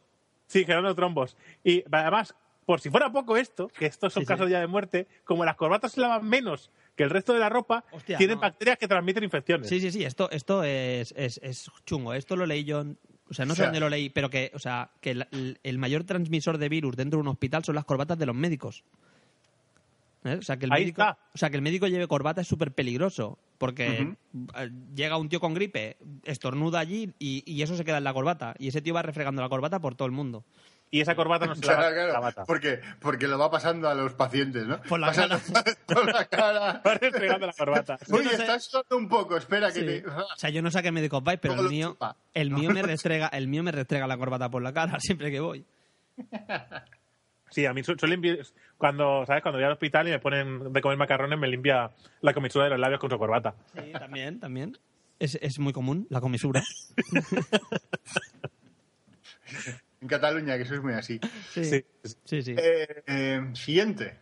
Sí, generando trombos. Y además, por si fuera poco esto, que estos son Sí, sí. casos ya de muerte, como las corbatas se lavan menos que el resto de la ropa, Hostia, tienen no. bacterias que transmiten infecciones. Sí, sí, sí, esto, esto es, es, es chungo. Esto lo leí yo, en- o sea, no O sé sea- dónde lo leí, pero que, o sea, que el, el- el mayor transmisor de virus dentro de un hospital son las corbatas de los médicos. ¿Eh? O, sea, que el Ahí médico, está. o sea, que el médico lleve corbata es súper peligroso, porque Ujú. eh, llega un tío con gripe, estornuda allí y, y eso se queda en la corbata. Y ese tío va refregando la corbata por todo el mundo. Y esa corbata no se lava. Claro, la claro, bata. porque, porque lo va pasando a los pacientes, ¿no? Por la Pasa- cara. por la cara. Van desplegando la corbata. Uy, Yo no sé- estás sudando un poco, espera que Sí. te... Ah, O sea, yo no sé a qué médicos vais, pero Luego el lo mío, chupa. el mío me restrega, el mío me restrega la corbata por la cara siempre que voy. Sí, a mí su- suelen limpi- cuando, ¿sabes? Cuando voy al hospital y me ponen de comer macarrones, me limpia la comisura de los labios con su corbata. Sí, también, también. Es, es muy común la comisura. En Cataluña, que sois muy así. Sí, sí, Sí. sí. Eh, eh, siguiente.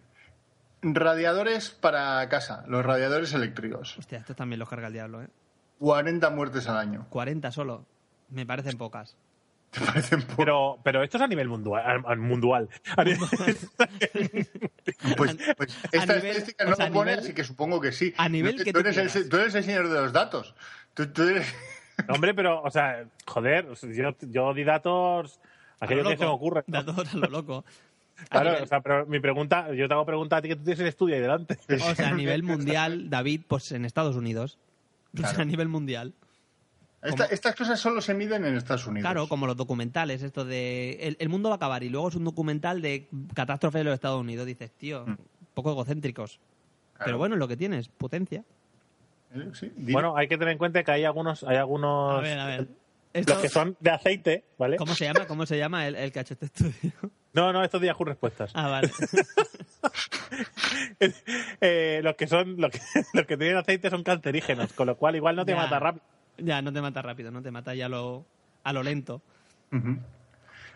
Radiadores para casa, los radiadores eléctricos. Hostia, esto también los carga el diablo, ¿eh? 40 muertes al año. 40 solo. Me parecen pocas. ¿Te parecen poco? Pero, pero esto es a nivel mundial. A, a- mundial. A nivel- Pues, pues a esta nivel- estadística o no sea, lo a pone, nivel- así que supongo que sí. a nivel No te- que tú, tú eres el, quieras. tú eres el señor de los datos. Tú, tú eres... Hombre, pero, o sea, joder, o sea, yo, yo di datos. Aquello que se me ocurre. ¿no? Datos a lo loco. A Claro, nivel- o sea, pero mi pregunta, yo te hago pregunta a ti que tú tienes el estudio ahí delante. o sea, a nivel mundial, David, pues en Estados Unidos. O sea, Claro. a nivel mundial. Esta- estas cosas solo se miden en Estados Unidos. Claro, como los documentales, esto de el, el mundo va a acabar y luego es un documental de catástrofe de los Estados Unidos. Dices, tío, Mm. un poco egocéntricos. Claro. Pero bueno, es lo que tienes, potencia. Eh, sí, di- Bueno, hay que tener en cuenta que hay algunos, hay algunos A ver, a ver. los que son de aceite, ¿vale? ¿Cómo se llama? ¿Cómo se llama el, el que ha hecho este estudio? No, no, estos de Yahoo respuestas. Ah, vale. Eh, los que son, los que, los que tienen aceite son cancerígenos, con lo cual igual no te Ya. mata rápido. Ya, no te mata rápido, no te mata ya lo, a lo lento. Ujú.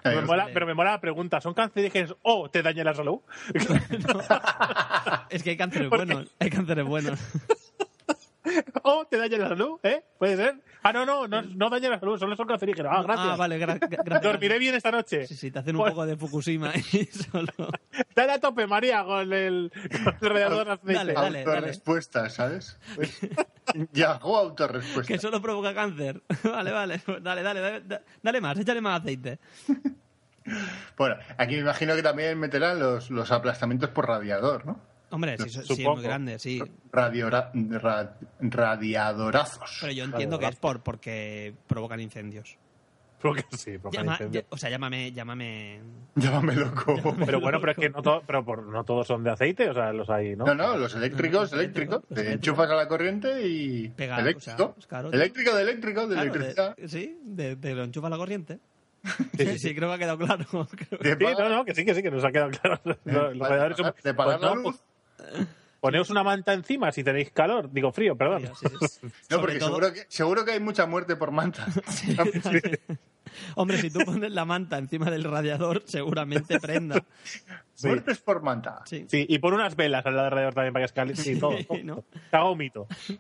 Me Eh, mola- pero me mola la pregunta, ¿son cancerígenos o te daña la salud? Es que hay cánceres Ah. ¿Por qué? buenos, hay cánceres buenos. ¿O te daña la salud? ¿Eh? ¿Puede ser? Ah, no, no, no, no daña la salud, solo son cancerígenos. Ah, gracias. Ah, vale, gra- gra- gracias. Dormiré bien Pues esta noche. Sí, sí, te hacen un poco de Fukushima y solo... Dale a tope, María, con el, con el radiador de aceite. Dale, dale, dale. Autorrespuestas, ¿sabes? Pues, Yahoo Que autorrespuestas. solo provoca cáncer. Vale, vale, pues dale, dale, dale, da- dale más, échale más aceite. Bueno, aquí me imagino que también meterán los, los aplastamientos por radiador, ¿no? Hombre, sí, sí, es Supongo. muy grande, sí. Radio, ra- radiadorazos. Pero yo entiendo que es por porque provocan incendios. Creo que sí, provoca Llama- incendio. ya- o sea, llámame, llámame... Llámame loco. Pero bueno, pero es que no, todo- pero por- no todos son de aceite, o sea, los hay, ¿no? No, no, los eléctricos, No, eléctricos. no, los eléctricos, los Te eléctricos. enchufas a la corriente y. Pega, eléctrico. o sea, claro. eléctrico de eléctrico, de Claro, de- electricidad. sí, de, de lo enchufa la corriente. Sí, creo que ha quedado claro. creo que- De Sí, no, pagar- eh, no, que sí, que sí, que nos ha quedado claro. Los, los radiadores son- de pagar pues la no, luz. Poneos una manta encima si tenéis calor, digo frío, perdón. Sí, sí. No, Sobre porque todo- seguro, que, seguro que hay mucha muerte por manta. Hombre, si tú pones la manta encima del radiador, seguramente prenda. Muertes por manta. Sí. Sí, y pon unas velas al lado del radiador también para que escale. Sí, todo. Sí, ¿no? Te hago un mito. Sí.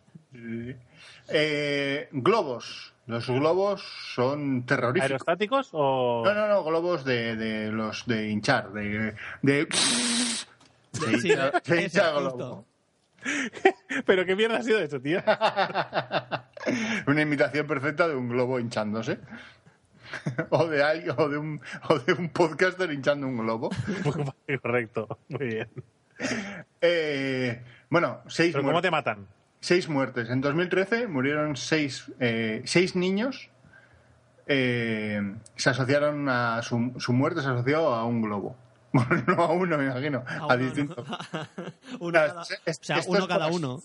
Eh, globos. Los globos son terroríficos. ¿Aerostáticos o.? No, no, no, globos de, de los de hinchar, de, de, Se Sí, hincha- se ese, hincha justo. globo. Pero qué mierda ha sido eso, tío. Una imitación perfecta de un globo hinchándose. o, de alguien, o, de un, o de un podcaster hinchando un globo. Correcto, muy bien. Eh, bueno, seis, Pero muer- ¿cómo te matan? seis muertes. En 2013 murieron seis, eh, seis niños. eh, se asociaron a su, su muerte se asoció a un globo. Bueno, no a uno, me imagino. A, uno, distintos. ¿no? Uno Claro, cada- es- es- o sea, esto es uno por cada as- uno.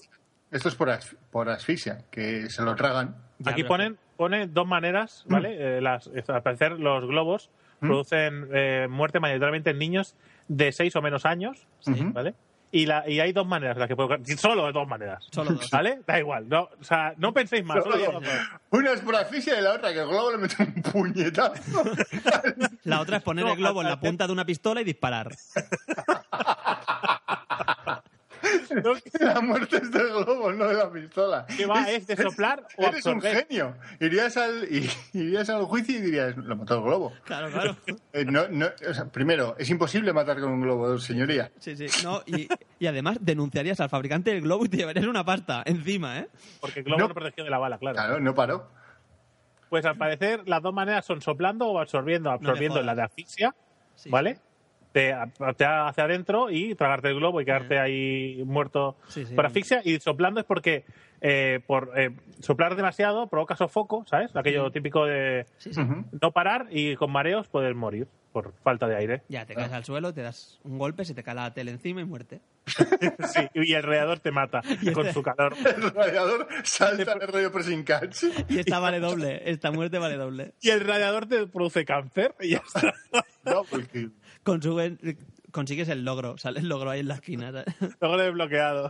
Esto es por, asf- por asfixia, que se lo tragan. Ya, Aquí pero- ponen, ponen dos maneras, ¿vale? Eh, las, es- al parecer, los globos producen eh, muerte mayoritariamente en niños de 6 o menos años, Ujú. ¿vale? Y, la, y hay dos maneras, las que puedo- Solo dos maneras. Solo dos. ¿Vale? Da igual. No, o sea, Ah, no penséis más. solo dos maneras. Una es por asfixia y la otra que el globo le mete un puñetazo. La otra es poner No, el globo en al- la punta de una pistola y disparar. No, la muerte es del globo, no de la pistola. que va es de soplar o Eres un absorber. genio. Irías al, i- irías al juicio y dirías, lo mató el globo. Claro, claro. Eh, no, no, o sea, primero, es imposible matar con un globo, señoría. Sí, sí. No, y, y además denunciarías al fabricante del globo y te llevarías una pasta encima, ¿eh? Porque el globo No. no, protegió de la bala, claro. Claro, no paró. Pues al parecer, las dos maneras son soplando o absorbiendo. Absorbiendo jodas. la de asfixia, Sí, ¿vale? sí. Te, te hacia adentro y tragarte el globo y quedarte ahí muerto Sí, sí. por asfixia. Y soplando es porque eh, por eh, soplar demasiado provoca sofoco, ¿sabes? Aquello típico de Sí, sí. Ujú. no parar y con mareos poder morir por falta de aire. Ya, te caes al suelo, te das un golpe, se te cae la tele encima y muerte. Sí, y el radiador te mata con su calor. El radiador salta en el radio pressing catch. Y esta vale doble, esta muerte vale doble. Y el radiador te produce cáncer y ya está. Double kill. Consugue- consigues el logro, sale el logro ahí en la esquina. ¿sabes? Luego lo he desbloqueado.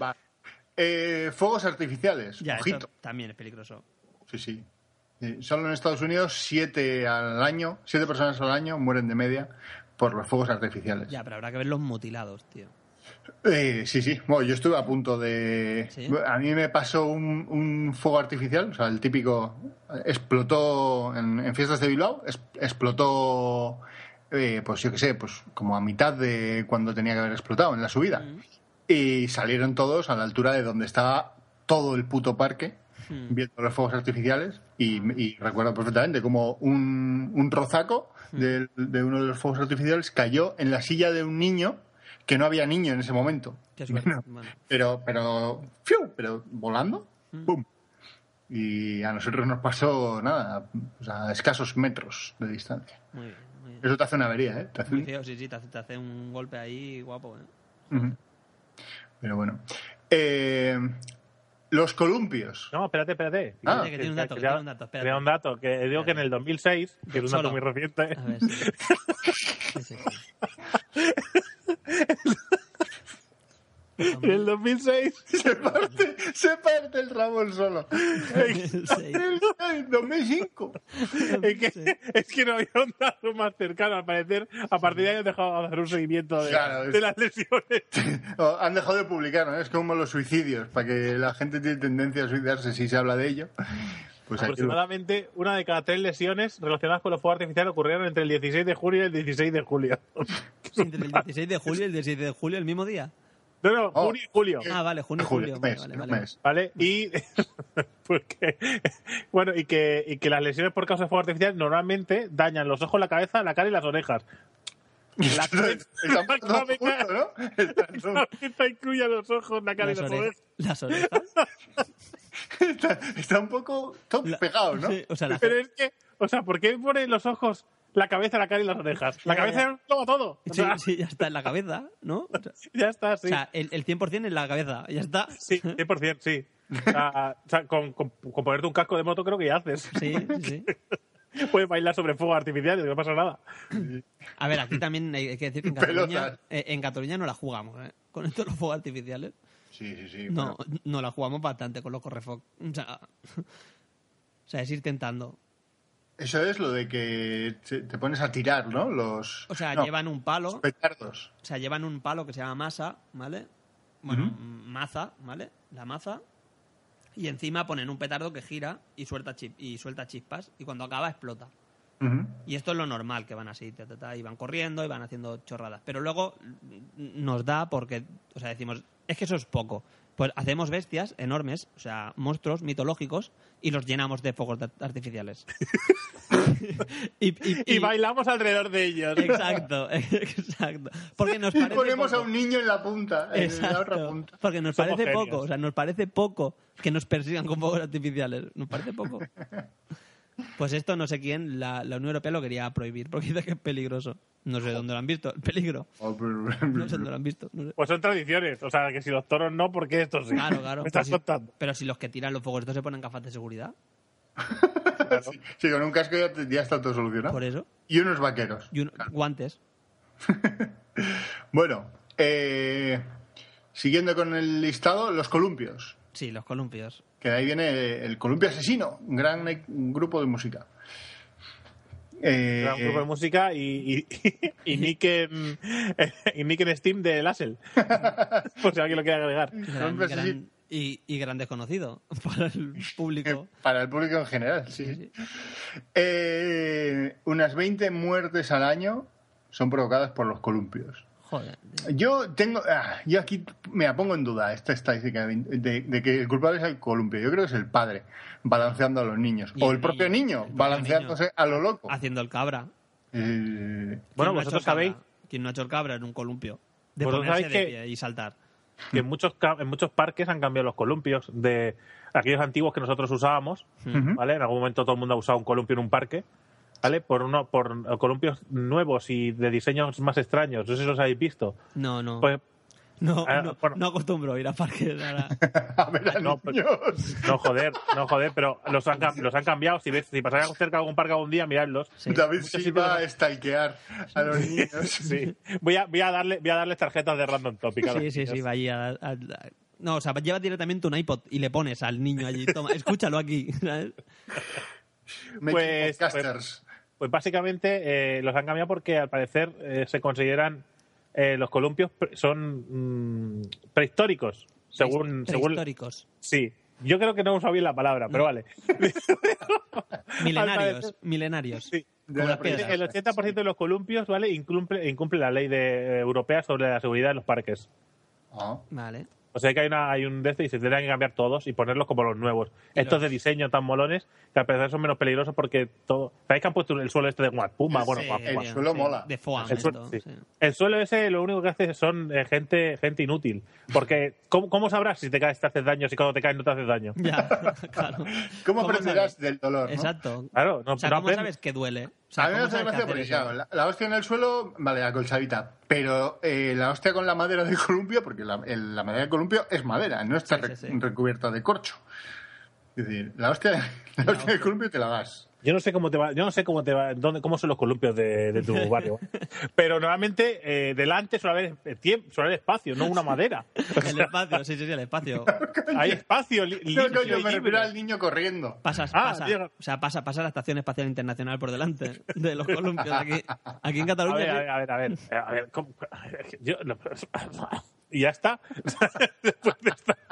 Va. Eh, fuegos artificiales. Ya, eso Ojito. también es peligroso. Sí, sí. Eh, Solo en Estados Unidos, siete al año, siete personas al año mueren de media por los fuegos artificiales. Ya, pero habrá que ver los mutilados, tío. Eh, sí, sí. Bueno, yo estuve a punto de. ¿Sí? A mí me pasó un, un fuego artificial, o sea, el típico. Explotó en, en fiestas de Bilbao, es- explotó. eh, pues yo qué sé, pues como a mitad de cuando tenía que haber explotado, en la subida. Mm. Y salieron todos a la altura de donde estaba todo el puto parque, viendo los fuegos artificiales. Y, y recuerdo perfectamente como un, un rozaco del- de, uno de los fuegos artificiales cayó en la silla de un niño, que no había niño en ese momento. Qué suerte. No. Bueno, Pero, pero, ¡fiu! pero volando, ¡pum! Y a nosotros nos pasó nada, o sea, a escasos metros de distancia. muy bien, muy bien. Eso te hace una avería, ¿eh? Te hace Muy un- feo, sí, sí, te hace, te hace un golpe ahí guapo, ¿eh? Ujú. Pero bueno. Eh, los columpios. No, espérate, espérate. Ah. Oye, que tiene un dato, que ya- tiene un dato, espérate. tenía un dato, que digo que en el 2006, que es un dato Solo. Ah, muy reciente, A ver, sí. Sí, sí, en el 2006 Se parte, se parte el Ramón solo. sí. Sí. El 2005. es que, es que no había un dato más cercano, al parecer, a partir de ahí han dejado de hacer un seguimiento de, Claro, es- de las lesiones. Oh, Han dejado de publicar, ¿no? Es como los suicidios, para que la gente tiene tendencia a suicidarse si se habla de ello. Ah, Pues aquí lo- Aproximadamente una de cada tres lesiones relacionadas con los fuegos artificiales ocurrieron entre el 16 de junio y el 16 de julio. Entre el 16 de julio y el 16 de julio, el mismo día. No, no, Oh. junio y julio. Ah, vale, junio y Julio, julio. un Vale, mes, vale, un vale. mes. ¿Vale? Y. porque. Bueno, y que, y que las lesiones por causa de fuego artificial normalmente dañan los ojos, la cabeza, la cara y las orejas. La cabeza, la Estamos todos cabeza- juntos, ¿no? Están la todos- cabeza incluye a los ojos, la cara y Las, las ore- orejas. las orejas. Está, está un poco todo La- pegado, ¿no? sí, o sea, la- Pero es que, o sea, ¿por qué pone los ojos, la cabeza, la cara y las orejas? La Ya, cabeza ya. lo toma todo. O sí, sea, sí, ya está en la cabeza, ¿no? O sea, Ya está, sí. o sea, el, el 100% en la cabeza, ya está. sí, 100%, sí. O sea, o sea, con, con- con ponerte un casco de moto creo que ya haces. Sí, sí. Puedes bailar sobre fuego artificial y no pasa nada. A ver, aquí también hay que decir que en Pelotas. Cataluña, eh, en Cataluña no la jugamos, ¿eh? Con estos los fuegos artificiales. Sí, sí, sí. ¿eh? No, bueno. no la jugamos bastante con los correfoc. O sea, o sea, es ir tentando. Eso es lo de que te, te pones a tirar, ¿no? Los, O sea, no, llevan un palo. los petardos. O sea, llevan un palo que se llama masa, ¿vale? Bueno, maza, ¿vale? La maza. Y encima ponen un petardo que gira y suelta, chip, y suelta chispas. Y cuando acaba, explota. Ujú. Y esto es lo normal, que van así, ta, ta, ta, y van corriendo y van haciendo chorradas. Pero luego mm, nos da porque, o sea, decimos, es que eso es poco. Pues hacemos bestias enormes, o sea, monstruos mitológicos, y los llenamos de fuegos de- artificiales. y, y- Y y- bailamos alrededor de ellos. Exacto, exacto. Porque nos Y parece ponemos a poco. un niño en la punta, en la otra Exacto, punta. porque nos Somos parece genios. poco, o sea, nos parece poco que nos persigan con fuegos artificiales, nos parece poco. Pues esto no sé quién, la, la Unión Europea lo quería prohibir, porque dice que es peligroso. No sé dónde lo han visto, el peligro. Oh, No sé dónde lo han visto. no sé. Pues son tradiciones. O sea, que si los toros no, ¿por qué estos sí? Claro, claro. pues Me estás pero, si, contando. pero si los que tiran los fuegos estos se ponen gafas de seguridad, Sí, sí, con un casco ya, te- ya está todo solucionado. por e- eso, Y unos vaqueros. y un- guantes. Bueno, eh, siguiendo con el listado, los columpios. Sí, los columpios. Que de ahí viene el columpio asesino, un gran e- un grupo de música. Eh, Era un grupo de música y, y, y Nick en, y Nick en Steam de Lassel. Por si alguien lo quiere agregar. Gran- Columpios gran- asesinos. y, y gran desconocido para el público. Para el público en general, sí. Sí, Eh, unas 20 muertes al año son provocadas por los columpios. Joder. Yo tengo. ah, yo aquí me pongo en duda esta estadística de, de- de que el culpable es el columpio. Yo creo que es el padre balanceando a los niños. Y O el el propio niño, niño el propio balanceándose niño. a lo loco. Haciendo el cabra. Eh, ¿Quién Bueno, no ha hecho vosotros el sabéis cabra? ¿Quién no ha hecho el cabra en un columpio? De Vosotros ponerse sabéis de que- pie y saltar. que en muchos, ca- en muchos parques han cambiado los columpios de aquellos antiguos que nosotros usábamos, Ujú. ¿vale? En algún momento todo el mundo ha usado un columpio en un parque, ¿vale? Por uno por columpios nuevos y de diseños más extraños, no sé si los habéis visto. No, no. Pues no, ah, no, bueno. no acostumbro a ir a parques ahora. a ver a No, pues- niños. no joder, no joder, pero los han, cam- los han cambiado, si ves si pasáis cerca de algún parque algún día, miradlos. Sí. David Muchos Silva a sitios- stalkear a los niños. Sí. Voy a voy a darle voy a darles tarjetas de random topic. a los Sí, sí, sí, niños. va allí a- a- a- No, o sea, lleva directamente un iPod y le pones al niño allí. Toma, escúchalo aquí. ¿sabes? Making Pues- podcasters. Pues básicamente eh, los han cambiado porque al parecer eh, se consideran eh, los columpios pre- son mm, prehistóricos, según, según Prehistóricos. Mm. sí. Yo creo que no he usado bien la palabra, pero vale. Al Milenarios. parecer- Milenarios. Sí. Como la las piedras. El 80% de los columpios, ¿vale? Incumple, incumple la ley de, eh, europea sobre la seguridad en los parques. Ah. Vale. O sea que hay, una, hay un de este y se tendrán que cambiar todos y ponerlos como los nuevos. Y Estos los- de diseño tan molones, que al parecer son menos peligrosos porque todo... ¿Sabéis que han puesto el suelo este de Guad Puma? Bueno, Sí, Guad Puma. el suelo mola. De foam. El esto, suelo, Ah, sí. sí. El suelo ese lo único que hace son eh, gente, gente inútil. Porque, ¿cómo, cómo sabrás si te caes te haces daño, si cuando te caes no te haces daño? Ya, claro. ¿Cómo aprenderás sabes? del dolor? ¿no? Exacto. Claro, no, O sea, no ¿cómo aprendes. sabes que duele? O sea, A mí me ¿cómo hace sabes que gracia hacer porque, eso? claro, la, la hostia en el suelo, vale, la colchadita, pero eh, la hostia con la madera del columpio, porque la, el- la madera del columpio es madera, no está Sí, sí, re- sí. recubierta de corcho. Es decir, la hostia, la hostia hostia. del columpio te la das. Yo no sé cómo te va, yo no sé cómo te va, dónde, cómo son los columpios de, de tu barrio. Pero normalmente eh, delante suele haber eh, tiemp- suele haber espacio, no una madera. El espacio, sí, sí, sí, el espacio. Hay espacio li- No, limpio coño, y me libre. refiero al niño corriendo. Pasas, Ah, pasa, Diego. o sea, pasa, pasa la Estación Espacial Internacional por delante de los columpios aquí, aquí en A Cataluña. ver, a sí. ver, a ver, a ver, a ver, ¿cómo? Yo- no, y ya está. Después de esta-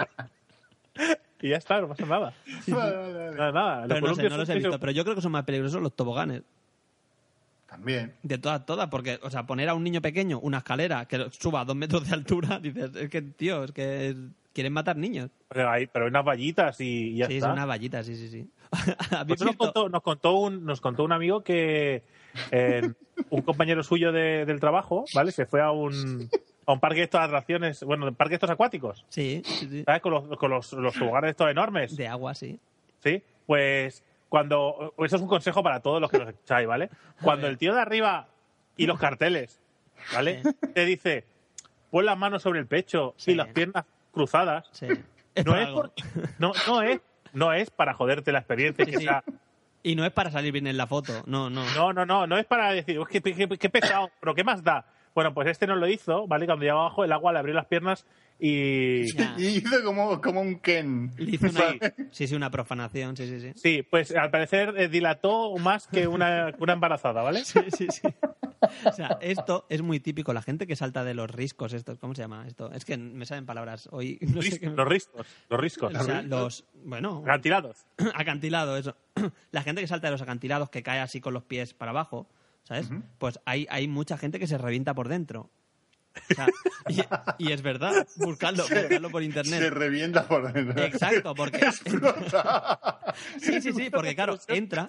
y ya está, no pasa nada. Vale, vale, vale. Nada, nada. Pero no sé, columpios no los he son- visto, pero yo creo que son más peligrosos los toboganes. También. De todas, todas, porque, o sea, poner a un niño pequeño una escalera que suba a dos metros de altura, dices, es que, tío, es que es- quieren matar niños. Pero hay, pero hay unas vallitas y ya sí, está. es una vallita, sí, sí, sí. ¿Habéis Pues nos, visto? contó, nos, contó un, nos contó un amigo que eh, un compañero suyo de- del trabajo, ¿vale? Se fue a un, a un parque de estas atracciones, bueno, de parque de estos acuáticos, Sí, sí, sí. ¿sabes? Con los, con los, los toboganes estos enormes, De agua, sí. ¿sí? Pues cuando, eso es un consejo para todos los que nos escucháis, ¿vale? Cuando el tío de arriba y los carteles, ¿vale? Te dice, pon las manos sobre el pecho Sí. y las piernas cruzadas, sí. no para es, algo. por- no, no es, no es para joderte la experiencia, Sí, que sí. sea Y no es para salir bien en la foto, no, no. No, no, no, no es para decir, "Uy, qué, qué- qué pesado, pero ¿qué más da? Bueno, pues este no lo hizo, ¿vale? Cuando llegaba abajo, el agua le abrió las piernas y... Ya. Y hizo como, como un Ken. Le hizo una, Sí. sí, sí, una profanación, sí, sí, sí. Sí, pues al parecer eh, dilató más que una, que una embarazada, ¿vale? Sí, sí, sí. O sea, esto es muy típico. La gente que salta de los riscos, estos, ¿cómo se llama esto? Es que me salen palabras hoy. No sé Ris- qué me- Los riscos, los riscos. O sea, los. Bueno, Acantilados. acantilado, eso. La gente que salta de los acantilados, que cae así con los pies para abajo, ¿sabes? Pues hay, hay mucha gente que se revienta por dentro. O sea, y, y es verdad, buscarlo, buscarlo por Se internet. revienta por dentro. Exacto, porque. Explota. Sí, sí, sí, porque claro, entra.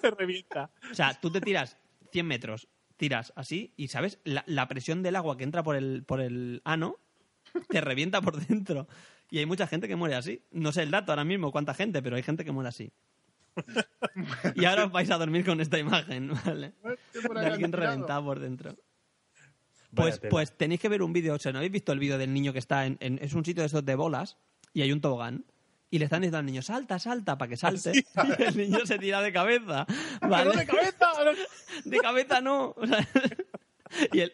Se revienta. O sea, tú te tiras 100 metros, tiras así y, ¿sabes? La, la presión del agua que entra por el, por el ano te revienta por dentro. Y hay mucha gente que muere así. No sé el dato ahora mismo cuánta gente, pero hay gente que muere así. Y ahora os vais a dormir con esta imagen, ¿vale? Por De alguien acantilado. reventado por dentro. Vaya Pues, tela. pues tenéis que ver un vídeo, o sea, ¿no habéis visto el vídeo del niño que está en, en- Es un sitio de esos de bolas y hay un tobogán. Y le están diciendo al niño, salta, salta, para que salte. Y el niño se tira de cabeza. ¿vale? ¡No de cabeza! de cabeza no. O sea, y el,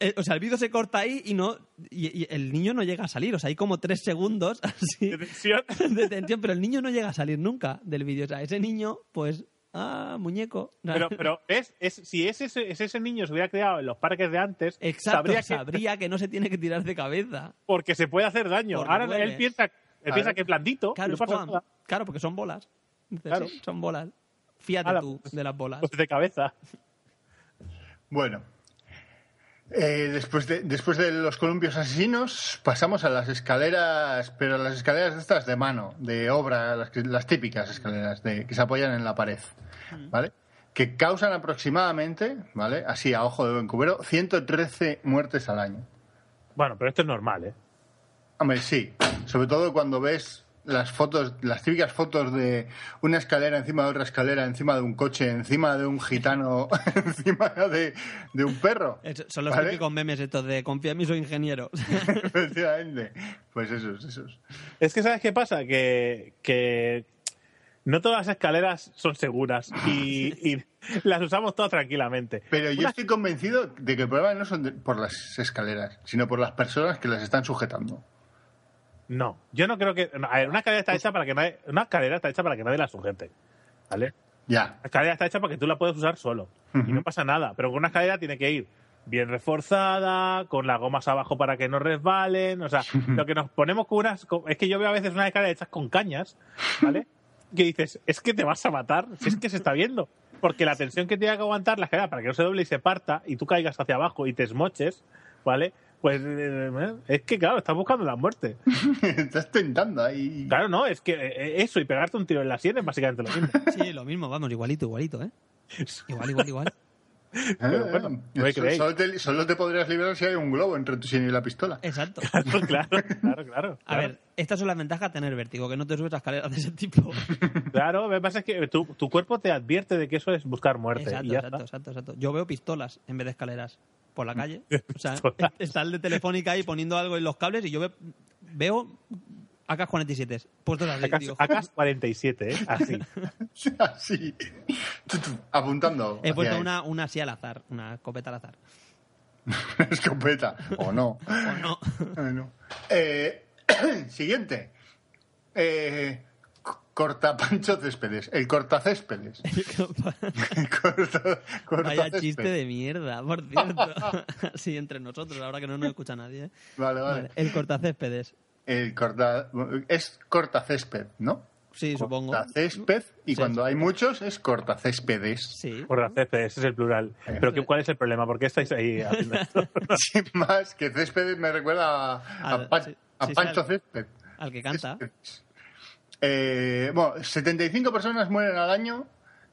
el- o sea, el vídeo se corta ahí y no y, y el niño no llega a salir. O sea, hay como tres segundos así De tensión. de tensión, pero el niño no llega a salir nunca del vídeo. O sea, ese niño, pues, ah, muñeco. Pero, pero ¿ves? Es, si es ese, es ese niño se hubiera creado en los parques de antes, Exacto, sabría sabría que... que no se tiene que tirar de cabeza. porque se puede hacer daño. Porque Ahora duele. él piensa, él Claro. piensa que es blandito, Claro, no es pasa Juan. nada. Claro, porque son bolas. Dices, Claro. sí, son bolas. Fíate Ala, tú de las bolas. Pues de cabeza. Bueno. Eh, después, de, después de los columpios asesinos, pasamos a las escaleras, pero a las escaleras de estas de mano, de obra, las, que- las típicas escaleras de, que se apoyan en la pared, ¿vale? Que causan aproximadamente, ¿vale? Así a ojo de buen cubero, 113 muertes al año. Bueno, pero esto es normal, ¿eh? Hombre, sí. Sobre todo cuando ves las fotos, las típicas fotos de una escalera encima de otra escalera, encima de un coche, encima de un gitano, encima de, de un perro. Es- Son los ¿Vale? típicos memes estos de confía en mí, soy ingeniero. Efectivamente. Pues esos, esos. Es que ¿sabes qué pasa? Que, que no todas las escaleras son seguras y, y las usamos todas tranquilamente. Pero yo estoy convencido de que el problema no son de- por las escaleras, sino por las personas que las están sujetando. No, yo no creo que... no, a ver, una escalera está hecha para que nadie, una escalera está hecha para que nadie la sujete, ¿vale? Ya. La escalera está hecha para que tú la puedas usar solo. Y no pasa nada. Pero con una escalera tiene que ir bien reforzada, con las gomas abajo para que no resbalen. O sea, lo que nos ponemos con unas. con- Es que yo veo a veces unas escaleras hechas con cañas, ¿vale? Que dices, es que te vas a matar, si es que se está viendo. Porque la tensión que tiene que aguantar la escalera para que no se doble y se parta y tú caigas hacia abajo y te esmoches, ¿vale? Pues eh, es que, claro, estás buscando la muerte. estás tentando ahí. Claro, no, es que eh, eso y pegarte un tiro en la sien es básicamente lo mismo. Sí, lo mismo, vamos, igualito, igualito, ¿eh? Igual, igual, igual. pero bueno, no me creéis. solo, te, solo te podrías librar si hay un globo entre tu sien y la pistola. Exacto. Claro, claro, claro. claro. A ver, estas son las ventajas de tener vértigo, que no te subes a escaleras de ese tipo. Claro, lo que pasa es que tu, tu cuerpo te advierte de que eso es buscar muerte. y Exacto, ya exacto, está. exacto, exacto. Yo veo pistolas en vez de escaleras por la calle. O sea, Pistolas. está el de Telefónica ahí poniendo algo en los cables y yo ve- veo AK-47 puestos así, Acá, digo, acá es 47, ¿eh? Así. Así. Tu, tu, Apuntando. He hacia puesto él. una, una así al azar, una escopeta al azar. Una escopeta. O no. O no. Eh, no. Eh, siguiente. Eh, c- cortapancho céspedes. El cortacéspedes. Corta- Vaya cortacéspedes. este. chiste de mierda, por cierto. Así entre nosotros, ahora que no nos escucha nadie. ¿eh? Vale, vale. Vale, el cortacéspedes. El corta... Es cortacésped, ¿no? Sí, supongo. Cortacésped. Y Sí. cuando hay muchos es cortacéspedes. Sí. Por hacer, ese es el plural. Pero ¿qué- ¿cuál es el problema? ¿Por qué estáis ahí haciendo esto? Sin más que céspedes me recuerda a, a Al- Pan- sí, a sí, sí, Pancho al- Césped. Al que canta. Eh, bueno, 75 personas mueren al año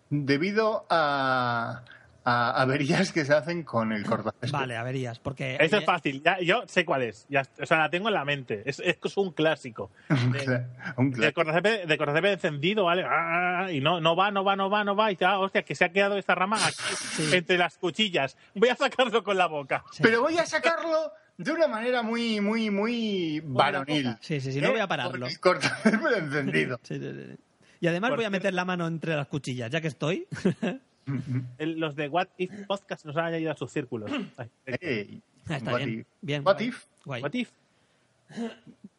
debido a, a averías que se hacen con el cortacésped. Vale, averías, porque... eh, Eso es fácil. ya- yo sé cuál es. ya- o sea, la tengo en la mente. Es, es que es un clásico. Un cla- un cla- De cortacésped, de cortacésped encendido, ¿vale? Ah, Y no, no va, no va, no va, no va. Y ya, hostia, que se ha quedado esta rama aquí, entre las cuchillas. Voy a sacarlo con la boca. Pero voy a sacarlo de una manera muy, muy, muy varonil. Sí, sí, sí, no voy a ¿Eh? pararlo. Porque El cortacésped encendido. Sí, sí, sí. Y además Por voy a cierto- meter la mano entre las cuchillas, ya que estoy. El- los de What If Podcast nos han añadido a sus círculos. Ay, Ey, Ah, Está Eh, what bien. if- bien. What guay, if? guay. What If.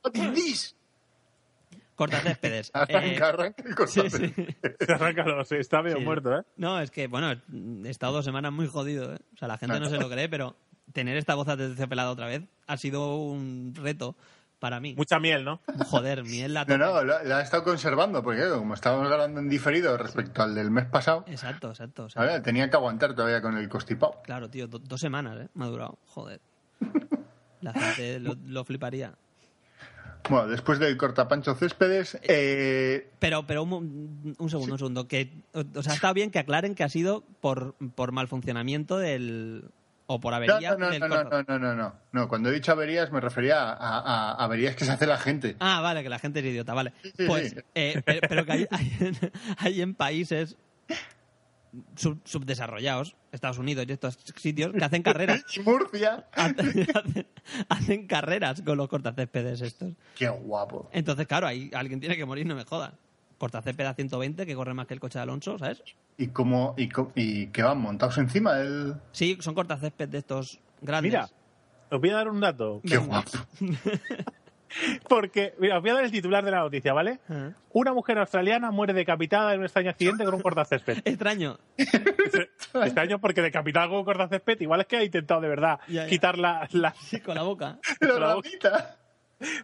What is this? corta céspedes. Eh, Arranca, arranca y sí, cortate. sí. Se arranca los- está medio Sí. muerto, ¿eh? No, es que, bueno, he estado dos semanas muy jodido, ¿eh? O sea, la gente no se lo cree, pero tener esta voz pelada otra vez ha sido un reto para mí. Mucha miel, ¿no? Joder, miel la No, no, la, la he estado conservando, porque claro, como estábamos grabando en diferido respecto al del mes pasado, Exacto, exacto. o sea, ahora tenía que aguantar todavía con el costipado. Claro, tío, do- dos semanas, ¿eh? Me ha durado, joder. La gente lo, lo fliparía. Bueno, después del cortapancho céspedes, eh, Pero, pero un, mo- un segundo, un segundo. Que, o, o sea, está bien que aclaren que ha sido por, por mal funcionamiento del. o por no, avería no, no, del no, no, corta- no, no, no, no. No, Cuando he dicho averías me refería a, a- a averías que se hace la gente. Ah, vale, que la gente es idiota, vale. sí, Pues, sí. eh, pero, pero que hay, hay en, hay en países sub- subdesarrollados, Estados Unidos y estos sitios, que hacen carreras. Y Murcia, hacen, hacen- hacen carreras con los cortacéspedes estos. qué guapo. Entonces, claro, ahí alguien tiene que morir, no me jodas. Cortacésped a 120, que corre más que el coche de Alonso, ¿sabes? Y cómo, y, co- y que van montados encima del... Sí, son cortacésped de estos grandes. Mira, os voy a dar un dato. Qué Venga. guapo. Porque, mira, os voy a dar el titular de la noticia, ¿vale? Ah. Una mujer australiana muere decapitada en un extraño accidente con un cortacésped. Extraño. extraño porque decapitada con un cortacésped, igual es que ha intentado de verdad Ya, ya. quitar la- la, Sí, con la boca. La Bravo. ramita.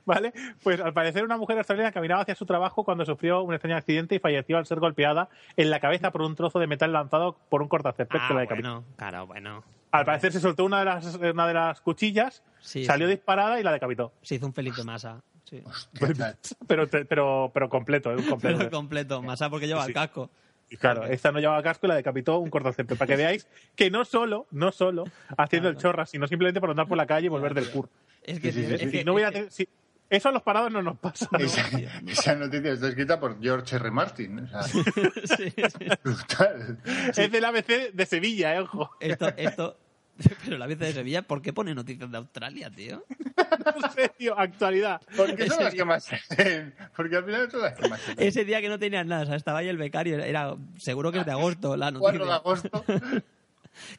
¿Vale? Pues al parecer una mujer australiana caminaba hacia su trabajo cuando sufrió un extraño accidente y falleció al ser golpeada en la cabeza por un trozo de metal lanzado por un cortacésped que la Ah, decapitó. bueno, claro, bueno. Al parecer se soltó una de las, una de las cuchillas, Sí, salió sí. disparada y la decapitó. Se hizo un feliz de masa. Sí. Hostia, chaval. Pues, Pero, te- pero, pero completo, ¿eh? Un completo. Pero completo, masa porque lleva Sí. el casco. Y Claro, esta no llevaba casco y la decapitó un cortacésped. Para que veáis que no solo, no solo haciendo el chorra, sino simplemente por andar por la calle y volver del curro. Es que, Sí, sí, tío, sí, es Si que- no hubiera es que- tenido- si- eso a los parados no nos pasa. ¿no? Esa, esa noticia está escrita por George R. Martin. o sea, sí, sí. brutal. Es del ABC de Sevilla, ¿eh? ojo. Esto, esto. Pero la bici de Sevilla, ¿por qué pone noticias de Australia, tío? En serio, actualidad. Porque son las que más se ven. Porque al final son las que más se ven. Ese día que no tenías nada, o sea, estaba ahí el becario, era seguro que es de agosto la 4 de noticia. agosto.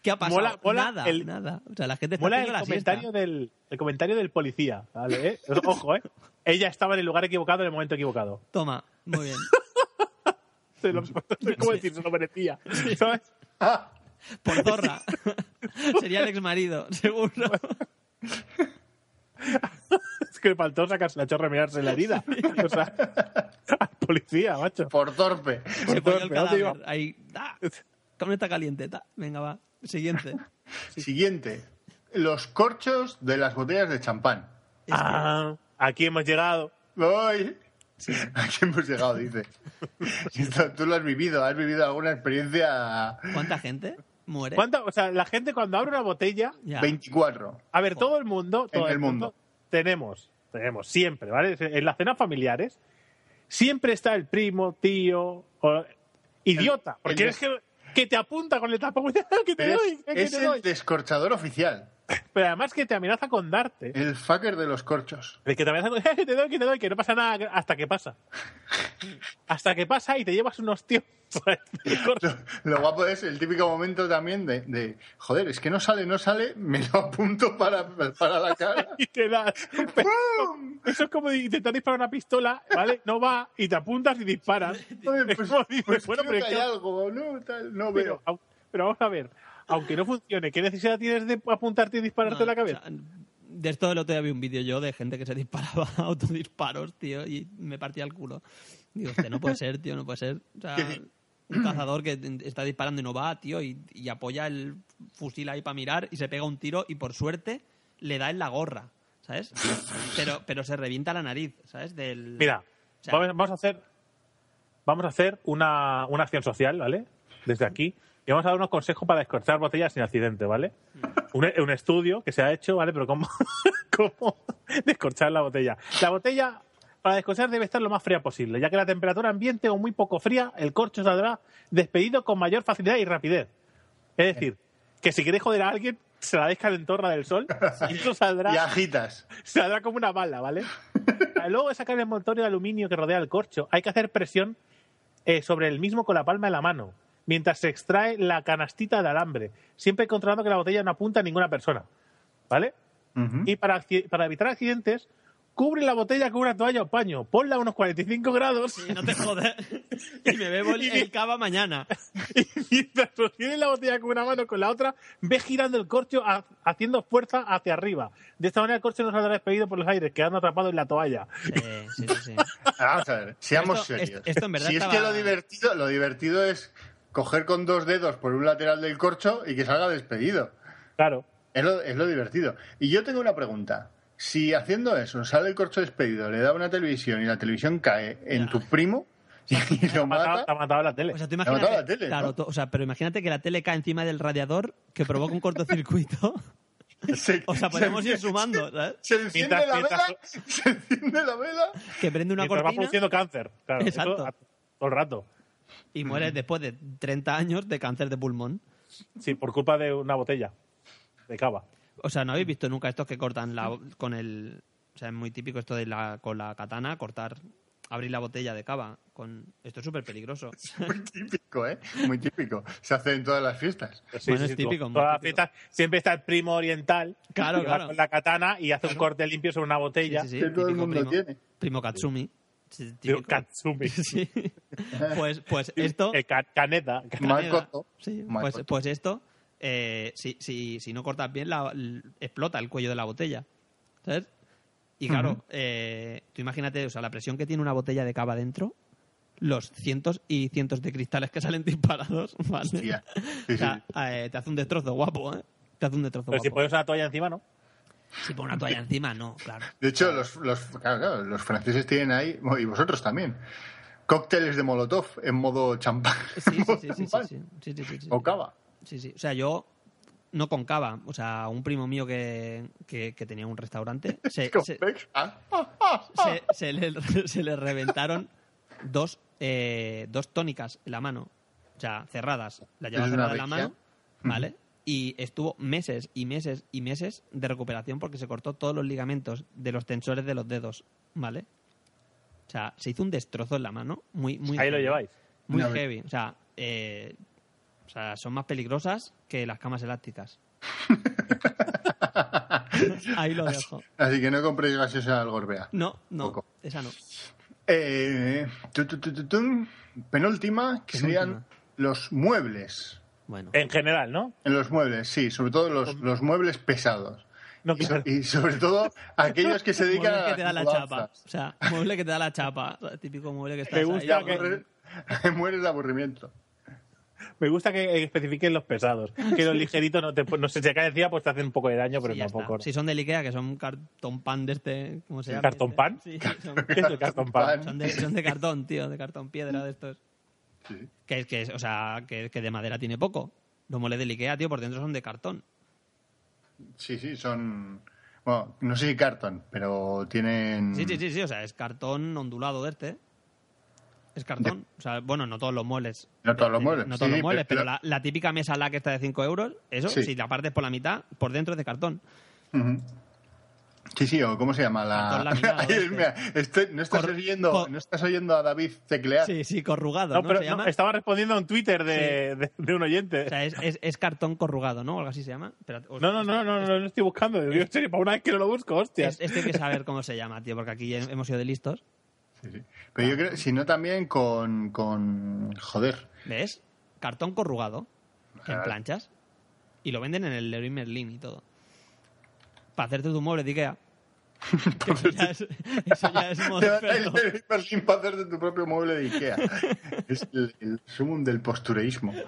¿Qué ha pasado? Mola- mola nada, el- nada. O sea, la gente está Mola el haciendo la comentario, siesta. del, el comentario del policía, ¿vale? ¿eh? Ojo, ¿eh? Ella estaba en el lugar equivocado en el momento equivocado. Toma, muy bien. Se lo- ¿Cómo decir? Se lo merecía. ¿Sabes? Ah, Por zorra. Sería el ex marido, seguro. Es que faltó sacarse la chorra y mirarse la herida. O sea, al policía, macho. por torpe. Se Por pone el torpe, ¿dónde iba? cadáver. Ahí. ¡Ah! Con esta caliente. ta. Venga, va. Siguiente. Siguiente. Los corchos de las botellas de champán. Ah, aquí hemos llegado. Voy. Aquí hemos llegado, dice. Esto tú lo has vivido. Has vivido alguna experiencia. ¿Cuánta gente muere? ¿Cuánta, o sea, la gente cuando abre una botella. Ya. 24. A ver, todo el mundo. Todo En el mundo. Tenemos, tenemos, siempre, ¿vale? En las cenas familiares, siempre está el primo, tío, o- idiota. Porque el- es que, que te apunta con el tapón. que te Pero doy, es, que es te doy. el descorchador oficial. Pero además que te amenaza con darte. El fucker de los corchos. De que te amenaza con que te doy, que te doy, que no pasa nada hasta que pasa. Hasta que pasa y te llevas unos tíos. Lo, lo guapo es el típico momento también de, de, joder, es que no sale, no sale, me lo apunto para, para la cara. y te das. ¡Pum! Eso es como de intentar disparar una pistola, ¿vale? No va y te apuntas y disparas. Joder, pues, Es como dices, pues bueno, creo pero es que que- hay algo, ¿no? Tal, no pero, veo. au- pero vamos a ver. Aunque no funcione, ¿qué necesidad tienes de apuntarte y dispararte en la No, o sea, cabeza? de esto el otro día vi un vídeo yo de gente que se disparaba a autodisparos, tío, y me partía el culo. Digo, este no puede ser, tío, no puede ser. O sea, un cazador que está disparando y no va, tío, y, y apoya el fusil ahí para mirar y se pega un tiro y por suerte le da en la gorra, ¿sabes? Pero, pero se revienta la nariz, ¿sabes? Del... Mira, O sea, vamos, vamos a hacer, vamos a hacer una, una acción social, ¿vale? Desde aquí. Y vamos a dar unos consejos para descorchar botellas sin accidente, ¿vale? Mm. Un, un estudio que se ha hecho, ¿vale? Pero ¿cómo, cómo descorchar la botella. La botella para descorchar debe estar lo más fría posible, ya que la temperatura ambiente o muy poco fría, el corcho saldrá despedido con mayor facilidad y rapidez. Es decir, que si queréis joder a alguien, se la deis calentorra del sol y eso saldrá Y agitas. saldrá como una bala, ¿vale? Luego de sacar el envoltorio de aluminio que rodea el corcho, hay que hacer presión eh, sobre el mismo con la palma de la mano, mientras se extrae la canastita de alambre, siempre controlando que la botella no apunta a ninguna persona, ¿vale? Ujú. Y para, acci- para evitar accidentes, cubre la botella con una toalla o paño, ponla a unos 45 grados Y no te jodas. y me bebo el, el cava mañana. y mientras sostienes la botella con una mano o con la otra, ve girando el corcho ha- haciendo fuerza hacia arriba. De esta manera el corcho no saldrá despedido por los aires, quedando atrapado en la toalla. Sí, sí, sí, sí. Vamos a ver, seamos Esto- serios. esto- esto en verdad si es estaba- que lo divertido, lo divertido es coger con dos dedos por un lateral del corcho y que salga despedido. Claro. Es lo, es lo divertido. Y yo tengo una pregunta. Si haciendo eso sale el corcho despedido, le da una televisión y la televisión cae en Ya. tu primo y, lo Te ha matado, te mata, ha matado la tele. O sea, tú matado imagínate, la tele, claro, ¿no? tú- o sea, pero imagínate que la tele cae encima del radiador que provoca un cortocircuito. se, O sea, podemos ir sumando, ¿sabes? se enciende Mientras- la vela, mientras- se enciende la vela. Que prende una Mientras va cortina produciendo cáncer. Claro, eso Exacto. a- todo el rato. y mueres después de 30 años de cáncer de pulmón. Sí, por culpa de una botella de cava. O sea, no habéis visto nunca estos que cortan la, con el... O sea, es muy típico esto de la, con la katana, cortar, abrir la botella de cava. Con, esto es súper peligroso. Muy típico, ¿eh? Muy típico. Se hace en todas las fiestas. Pues Bueno, es típico, tú- muy todas las típico. fiestas siempre está el primo oriental Claro, que va claro. con la katana y hace un corte limpio sobre una botella. Sí, sí, sí, que todo el típico mundo primo, tiene. Primo Katsumi. Sí, Digo, típico. Katsumi. Sí. Pues, pues esto... El ca- caneta. Ca- eh, Mal Canela. corto. Sí, Mal pues, corto. pues esto, eh, si, si, si no cortas bien, la, l- explota el cuello de la botella. ¿Sabes? Y claro, eh, tú imagínate, o sea, la presión que tiene una botella de cava dentro, los cientos y cientos de cristales que salen disparados, ¿vale? Hostia. O Sí, sí. sea, eh, te hace un destrozo guapo, ¿eh? Te hace un destrozo Pero si guapo. pones una toalla encima, ¿no? Si pones una toalla encima, no, claro. De hecho, los, los, claro, claro, los franceses tienen ahí, bueno, y vosotros también, cócteles de Molotov en modo champán. Sí, en sí, modo sí, sí, sí, champán. sí, sí, sí, sí, sí. O cava. Sí, sí. O sea, yo no con cava. O sea, un primo mío que, que, que tenía un restaurante se, Con se- Pex. Ah, ah, ah, ah. se, se le, se le reventaron dos, eh, dos tónicas en la mano. O sea, cerradas. La llevaba Es una cerrada en la bestia. mano, ¿vale? Y estuvo meses y meses y meses de recuperación porque se cortó todos los ligamentos de los tensores de los dedos, ¿vale? O sea, se hizo un destrozo en la mano muy, muy Ahí lo heavy. lleváis. Muy Una heavy. O sea, eh, o sea, son más peligrosas que las camas elásticas. Ahí lo dejo. Así que no compréis gaseosa al Gorbea. No, no, Poco. esa no. Eh, tu, tu, tu, tu, tum. penúltima, que serían los muebles. Bueno. En general, ¿no? En los muebles, sí, sobre todo los, los muebles pesados. No, Y, so- claro. y sobre todo aquellos que se dedican mueble a que te da las la chapa. mudanzas. O sea, mueble que te da la chapa. O sea, típico mueble que está Me gusta que- Correr- Mueres de aburrimiento. Me gusta que especifiquen los pesados. Ah, Que los ligeritos no, te, no se te cae encima, pues te hacen un poco de daño, pero tampoco. ¿no? Si son del Ikea, que son cartón pan de este... ¿Cómo se llama? ¿Cartón Este- pan? Sí, son, ¿Qué es el cartón pan? son de, son de cartón, tío. De cartón piedra de estos. Sí. Que es que, es- o sea, que, que de madera tiene poco. Los muebles del Ikea, tío, por dentro son de cartón. Sí, sí, son. Bueno, no sé si cartón, pero tienen. Sí, sí, sí, sí, o sea, es cartón ondulado de este. Es cartón. O sea, bueno, no todos los muebles. No todos los muebles, Eh, No sí, todos los sí, muebles, pero, pero- la, la típica mesa la que está de 5 euros, eso, Sí. si la partes por la mitad, por dentro es de cartón. Ujú. Sí, sí, o cómo se llama la. Cartón laminado, Ay, este. mira, este- no estás Cor- oyendo, cor- no estás oyendo a David teclear. Sí, sí, corrugado, ¿no? No, pero se no, llama. estaba respondiendo a un Twitter de, de- de un oyente. O sea, es, es- es cartón corrugado, ¿no? O algo así se llama. Espérate, os- no, no, no, no, no, no, estoy buscando. Digo, en serio, para una vez que no lo busco, hostias. es- esto hay que saber cómo se llama, tío, porque aquí he- hemos ido de listos. Sí, sí. Pero yo creo, si no también con, con. Joder. ¿Ves? Cartón corrugado, en Claro. planchas. Y lo venden en el Leroy Merlin y todo. Para hacerte tu mueble de Ikea. Que eso ya es, eso ya es modo Te vas a ir experto. de Berlín para hacerte tu propio mueble de Ikea. es el, el sumum del postureísmo.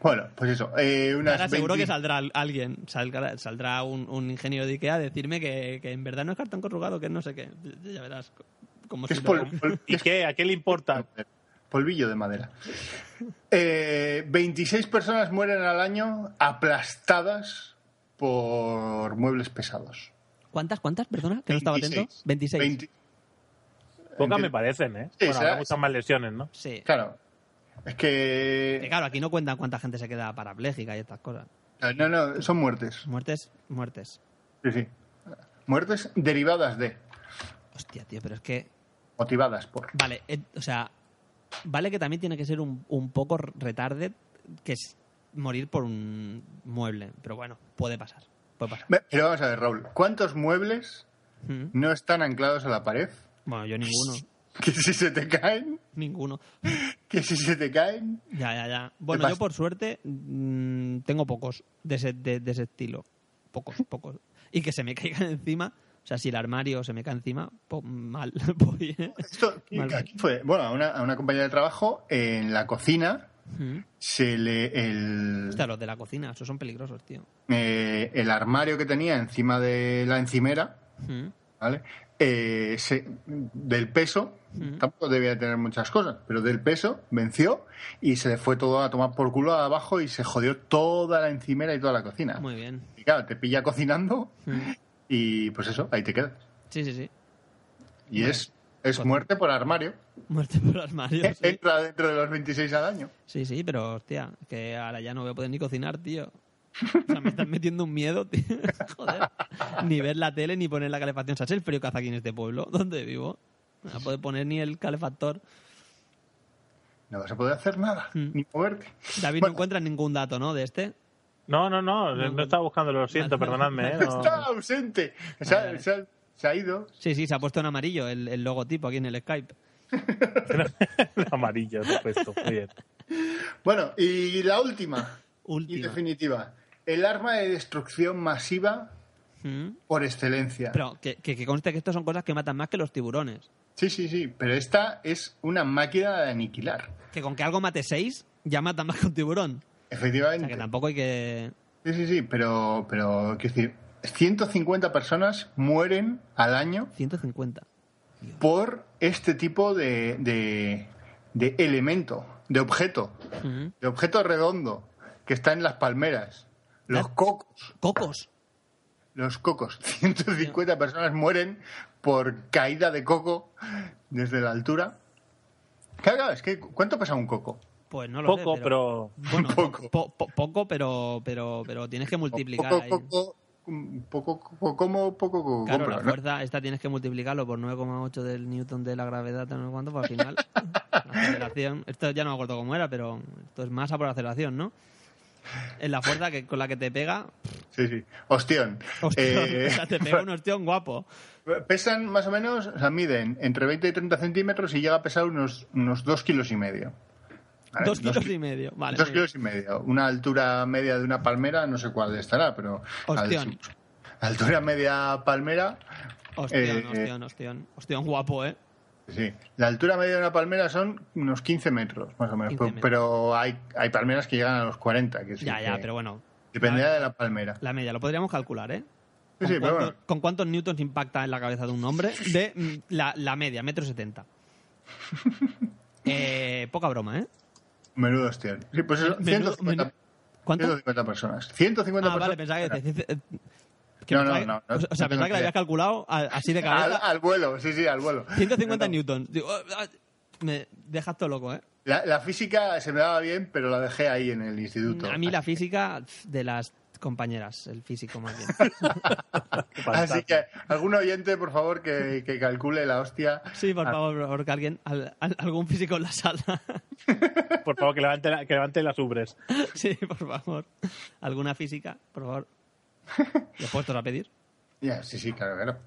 bueno, pues eso. Eh, unas Ahora seguro 20 que saldrá al- alguien, salga- saldrá un, un ingeniero de Ikea a decirme que, que en verdad no es cartón corrugado, que es no sé qué. Ya ya verás. co- Como que si es lo- pol- pol- ¿Y qué? ¿A qué le importa? Polvillo de madera. Eh, 26 personas mueren al año aplastadas por muebles pesados. ¿Cuántas, cuántas? Perdona, que no estaba atento. 26. 20 Pocas Entiendo. me parecen, ¿eh? Sí, bueno, será- habrá muchas más lesiones, ¿no? Sí. claro. Es Que que... claro, aquí no cuentan cuánta gente se queda parapléjica y estas cosas. Eh, No, no, son muertes. Muertes, muertes. Sí, sí. Muertes derivadas de, Hostia, tío, pero es que. motivadas por. Vale, eh, o sea, vale que también tiene que ser un, un poco retarde que es morir por un mueble, pero bueno, puede pasar. puede pasar. Ve- Pero vamos a ver, Raúl, ¿cuántos muebles Mm. no están anclados a la pared? Bueno, yo ninguno. Que si se te caen, ninguno. que si se te caen. Ya, ya, ya. Bueno, pasa? yo por suerte mm, tengo pocos de ese, de, de ese estilo. Pocos, pocos. Y que se me caigan encima. O sea, si el armario se me cae encima, po- mal. Voy, ¿eh? Esto Vale. aquí fue, bueno, a una, a una compañera de trabajo en la cocina Mm. se le el, Hostia, los de la cocina, esos son peligrosos, tío. eh, el armario que tenía encima de la encimera, Mm. ¿vale? Eh, se- del peso, Ujú. tampoco debía tener muchas cosas, pero del peso venció y se le fue todo a tomar por culo abajo y se jodió toda la encimera y toda la cocina. Muy bien. Y claro, te pilla cocinando Mm. y pues eso, ahí te quedas. Sí, sí, sí. Y es, es muerte por armario. Muerte por armario. Eh, Sí, Entra dentro de los 26 al año. sí, sí, pero hostia, que ahora ya no voy a poder ni cocinar, tío. O sea, me están metiendo un miedo, tío. Joder. Ni ver la tele ni poner la calefacción. ¿Sabes el frío que hace aquí en este pueblo donde vivo? No voy a poder poner ni el calefactor. No vas a poder hacer nada, Mm. ni moverte. David, no Bueno. encuentras ningún dato, ¿no? De este. No, no, no, no, estaba buscándolo, lo siento, perdonadme. ¿eh? No. Está ausente. Se ha, Vale, se ha- se ha ido. Sí, sí, se ha puesto en amarillo el, el logotipo aquí en el Skype. El amarillo, te he puesto. Muy bien. Bueno, y la última, y Última. definitiva. El arma de destrucción masiva Mm. por excelencia. Pero que, que, que conste que estas son cosas que matan más que los tiburones. Sí, sí, sí. Pero esta es una máquina de aniquilar. Que con que algo mate seis, ya matan más que un tiburón. O sea, Efectivamente. que tampoco hay que... Sí, sí, sí. Pero, pero quiero decir, 150 personas mueren al año 150. por este tipo de, de, de elemento, de objeto, Mm. de objeto redondo que está en las palmeras. Los Ah. cocos, Cocos. los cocos. 150 personas mueren por caída de coco desde la altura. Claro, claro, es que ¿cuánto pesa un coco? Pues no lo sé. Poco, pero. Bueno, Poco. po- po- poco, pero, pero, pero tienes que multiplicar Poco ahí. coco, un poco coco, como poco coco. Claro, compra, la ¿no? fuerza, esta tienes que multiplicarlo por 9,8 del newton de la gravedad, tal, no sé cuánto, pues al final, la aceleración, esto ya no me acuerdo cómo era, pero esto es masa por aceleración, ¿no? Es la fuerza que, con la que te pega, Sí, sí. Ostión. hostión, Eh, o sea, te pega un hostión guapo. Pesan más o menos, o sea, miden entre 20 y 30 centímetros y llega a pesar unos, unos 2 kilos y medio. Vale, dos kilos ki- y medio, vale. dos muy bien. kilos y medio. Una altura media de una palmera, no sé cuál estará, pero... al- Ostión. altura media palmera... Hostión, eh, hostión, hostión, hostión guapo, ¿eh? Sí, la altura media de una palmera son unos 15 metros, más o menos. 15 Pero, metros. pero hay, hay palmeras que llegan a los 40. Que sí Ya, ya, que pero bueno, Dependerá de la palmera. la media, lo podríamos calcular, ¿eh? Sí, ¿Con, sí, pero cuánto- bueno. con cuántos newtons impacta en la cabeza de un hombre? De mm, la, la media, metro setenta. Eh, poca broma, ¿eh? Menudo ostión. Sí, pues eso, Menudo- 150, menu- ¿Cuánto? 150 personas. 150 Ah, personas. vale, pensaba que decías... eh, que No, no, pensaba que- no, no, o sea, no tengo pensaba que lo idea. habías calculado a- así de al, cabeza. al vuelo, sí, sí, al vuelo. 150 No, no. newtons. Digo, ah, ah, me dejas todo loco, ¿eh? La, la física se me daba bien, pero la dejé ahí en el instituto. A mí la física pf, de las compañeras, el físico más bien. qué Así fantasma. que, algún oyente, por favor, que, que calcule la hostia. Sí, por favor, por favor, que alguien, al- al- algún físico en la sala. Por favor, que levante, la- que levante las ubres. Sí, por favor. Alguna física, por favor. ¿Los puestos a pedir? Ya, sí, sí, claro, claro.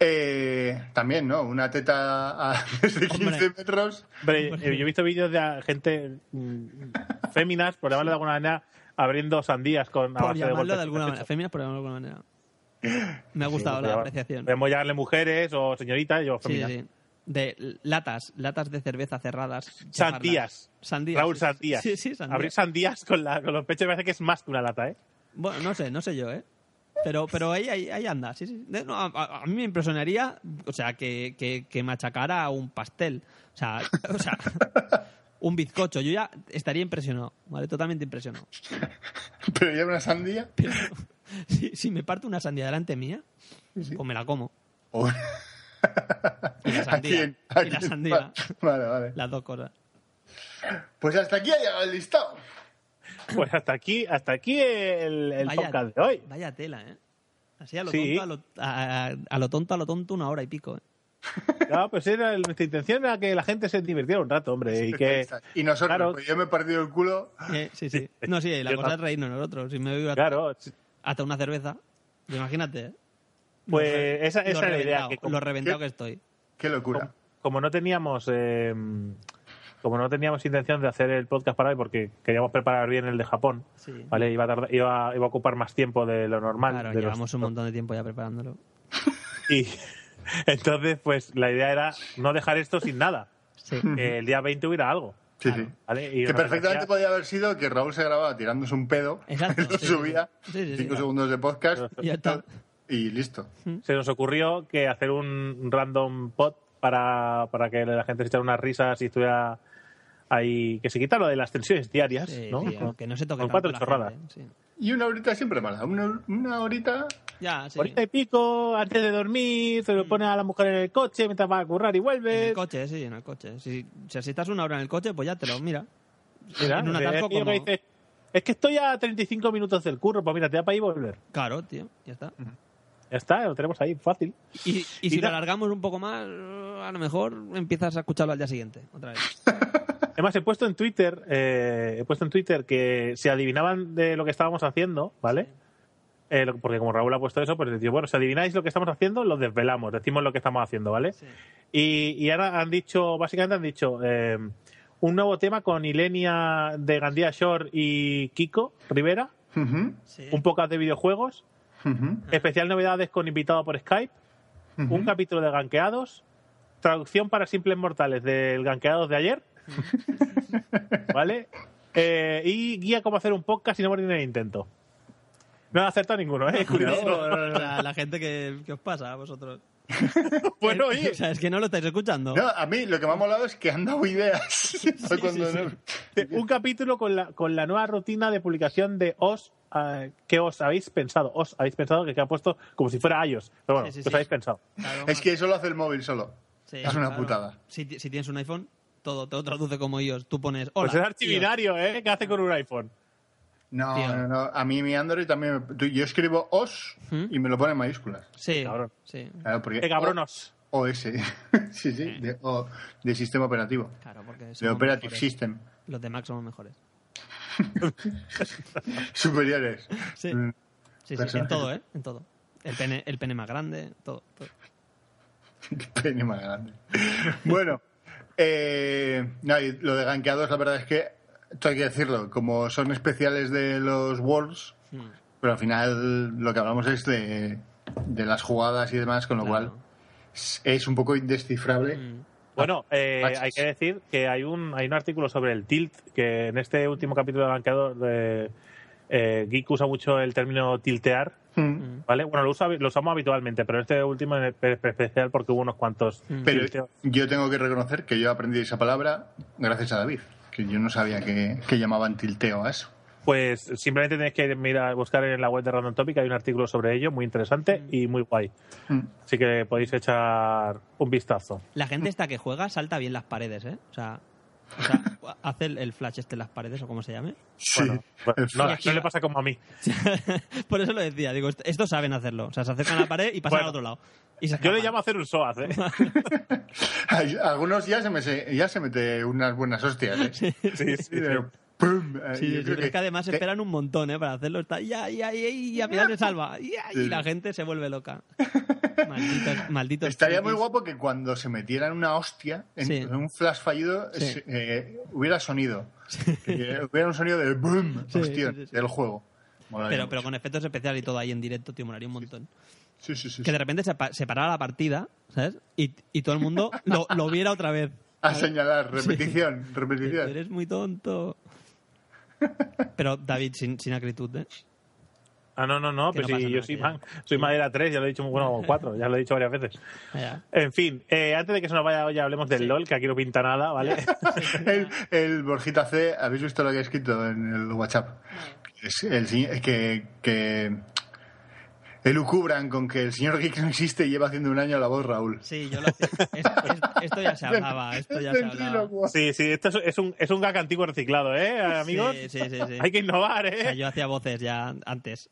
Eh, también, ¿no? Una teta a- desde 15 Hombre. metros. Hombre, eh, yo he visto vídeos de ah, gente mm, féminas, por llamarlo de alguna manera, abriendo sandías con a Por base llamarlo golpes. de alguna manera. Féminas, por llamarlo de alguna manera. Me ha gustado Sí, la podemos- apreciación. Podemos llamarle mujeres o señoritas, yo Sí, féminas. sí. De latas, latas de cerveza cerradas. cerrarlas. Sandías. Sandías. Raúl, sí. sandías. Sí, sí, sandías. Abrir sandías con, la, con los pechos me parece que es más que una lata, ¿eh? Bueno, no sé, no sé yo, ¿eh? Pero, pero ahí, ahí, ahí anda, sí, sí. De- no, a, a- a mí me impresionaría, o sea, que, que, que machacara un pastel. O sea, o sea, un bizcocho. Yo ya estaría impresionado, ¿vale? Totalmente impresionado. Pero ya una sandía. Pero si, si me parte una sandía delante mía, pues me la como. O- Y la ¿A sandía. quién? ¿A Y la quién? sandía. Vale, vale. Las dos cosas. Pues hasta aquí ha llegado el listado. Pues hasta aquí, hasta aquí el, el podcast de hoy. vaya tela, ¿eh? Así a lo, Sí. tonto, a, lo, a- a- a lo tonto, a lo tonto, una hora y pico. ¿eh? No, pues era nuestra intención era que la gente se divirtiera un rato, hombre, y que Y nosotros, Claro. pues yo me he partido el culo. Eh, sí, sí. No, sí, la Ah, Yo cosa tam- es reírnos nosotros. Si me bebo hasta- claro, hasta una cerveza, Imagínate. ¿eh? Pues esa, esa lo es la idea. reventado, Que como, lo reventado que estoy. Qué locura. como no teníamos eh, como no teníamos intención de hacer el podcast para hoy porque queríamos preparar bien el de Japón, Sí. ¿vale? Iba a, tardar- iba, iba a ocupar más tiempo de lo normal. Claro, de los- llevamos un montón de tiempo ya preparándolo. y entonces, pues la idea era no dejar esto sin nada. Sí. Que el día 20 hubiera algo. Sí, claro. sí. ¿vale? Y Que nos perfectamente apetecía- podía haber sido que Raúl se grababa tirándose un pedo, Exacto, lo sí, subía, sí, sí. Sí, sí, cinco sí. segundos de podcast Y ya está. y listo. se nos ocurrió que hacer un random pod para, para que la gente se echara unas risas y estuviera ahí. Que se quita lo de las tensiones diarias, Sí, ¿no? tío, que no se toque Con tanto cuatro la chorradas. gente, ¿eh? sí. Y una horita siempre mala, una, una horita... Ya, sí. Mm. Ahorita y este pico, antes de dormir, se lo pone a la mujer en el coche mientras va a currar y En vuelve. el coche, sí, en el coche. Si, o sea, si estás una hora en el coche, pues ya te lo mira. Mira, en un o sea, atasco es que yo como- me dice, es que estoy a 35 minutos del curro, pues mira, te da para ir y volver. Claro, tío, ya está. Ya está, lo tenemos ahí, fácil. Y, y si Mira. lo alargamos un poco más, eh, a lo mejor empiezas a escucharlo al día siguiente, otra vez. Además, he puesto en Twitter, eh, he puesto en Twitter que si adivinaban de lo que estábamos haciendo, ¿vale? Eh, lo- porque como Raúl ha puesto eso, pues digo, bueno, si adivináis lo que estamos haciendo, lo desvelamos, decimos lo que estamos haciendo, ¿vale? Sí. Y, y ahora han dicho, básicamente han dicho, eh, un nuevo tema con Ilenia de Gandía Shore y Kiko Rivera, Ujú, Sí. un podcast de videojuegos, ujú, especial novedades con invitado por Skype, ujú. un capítulo de ganqueados, traducción para simples mortales del ganqueados de ayer, ¿vale? Eh, y guía cómo hacer un podcast y no morir en el intento. No he acertado ninguno, ¿eh? Curioso. la, la gente que, que os pasa a vosotros. Bueno, O oye, sea, es que no lo estáis escuchando. No, a mí lo que me ha molado es que han dado ideas. Cuando sí, no- un capítulo con la, con la nueva rutina de publicación de os eh, que os habéis pensado. Os habéis pensado que, que ha puesto como si fuera iOS. Pero bueno, Sí, sí, os sí. habéis pensado. Claro, Es que eso lo hace el móvil solo. sí, es una claro. putada. Si, ti- si tienes un iPhone, todo te lo traduce como ellos. Tú pones. Hola, Pues es iOS". archivinario, ¿eh? ¿Qué hace con un iPhone? No, Tío. no, no. A mí mi Android también... me- tú- Yo escribo OS ¿Mm? y me lo pone en mayúsculas. Sí, Cabrón. sí. Claro, porque ¡Qué cabronos! OS. sí, sí. De, o- de sistema operativo. Claro, porque De somos Operative mejores. System. Los de Mac somos mejores. Superiores. Sí, Mm, sí, sí, en Personajes. todo, ¿eh? En todo. El pene, el pene más grande, todo. todo. Qué pene más grande. bueno. eh, no, y lo de gankeados, la verdad es que... Esto hay que decirlo. Como son especiales de los Worlds, Mm. pero al final lo que hablamos es de, de las jugadas y demás, con lo Claro. cual es- es un poco indescifrable. Mm. Bueno, Ah, eh, Machos. hay que decir que hay un, hay un artículo sobre el tilt, que en este último capítulo de Banqueador eh, eh, Geek usa mucho el término tiltear, Mm. ¿vale? Bueno, lo, usa, lo usamos habitualmente, pero este último en especial porque hubo unos cuantos Mm. tilteos. Pero yo tengo que reconocer que yo aprendí esa palabra gracias a David, que yo no sabía que, que llamaban tilteo a eso. Pues simplemente tenéis que mirar, buscar en la web de Random Topic, hay un artículo sobre ello muy interesante y muy guay. Mm. Así que podéis echar un vistazo. La gente esta que juega salta bien las paredes, ¿eh? O sea, o sea, hace el, el flash este en las paredes o como se llame. Sí. Bueno, bueno, El no, flash. no le pasa como a mí. Por eso lo decía, digo, est- estos saben hacerlo. O sea, se acercan a la pared y pasan Bueno. al otro lado. Y se Yo le escapan. llamo a hacer un SOAZ, ¿eh? Ay, Algunos ya se me se- ya se mete unas buenas hostias. ¿eh? Sí, sí, sí. Pero, ¡pum! Eh, Sí, yo sí, creo pero es que además te- esperan un montón, ¿eh? Para hacerlo. Está, ya, ya, ya, y al final se salva. Ya, y Sí. la gente se vuelve loca. Malditos, malditos. Estaría frikis. muy guapo que cuando se metieran una hostia en, Sí. en un flash fallido Sí. se- eh, hubiera sonido. Que hubiera un sonido de boom, Sí, hostia, sí, sí, sí. del juego. Molaría Pero, pero mucho. con efectos especiales y todo ahí en directo, tío, molaría un montón. Sí, sí, sí. Que sí. de repente se, pa- se parara la partida, ¿sabes? Y, y todo el mundo lo, lo viera otra vez. A señalar, repetición, Tú repetición. Eres muy tonto. Pero David, sin, sin acritud, ¿eh? Ah, no, no, no, Que pero no si yo pasa nada, soy, que man- ya. soy madera 3, ya lo he dicho, bueno, 4, ya lo he dicho varias veces. Ya. En fin, eh, antes de que se nos vaya hoy, hablemos del LOL, que aquí no pinta nada, ¿vale? El, el Borjita C, ¿habéis visto lo que ha escrito en el WhatsApp? Es el señor- es que, que elucubran con que el señor Geek no existe y lleva haciendo un año la voz Raúl. Sí, yo lo es- es- Esto ya se hablaba, esto ya se hablaba. Ventrílocuo. sí, sí, esto es, es un, es un gag antiguo reciclado, ¿eh, amigos? Sí, sí, sí. sí. Hay que innovar, O sea, ¿eh? yo hacía voces ya antes.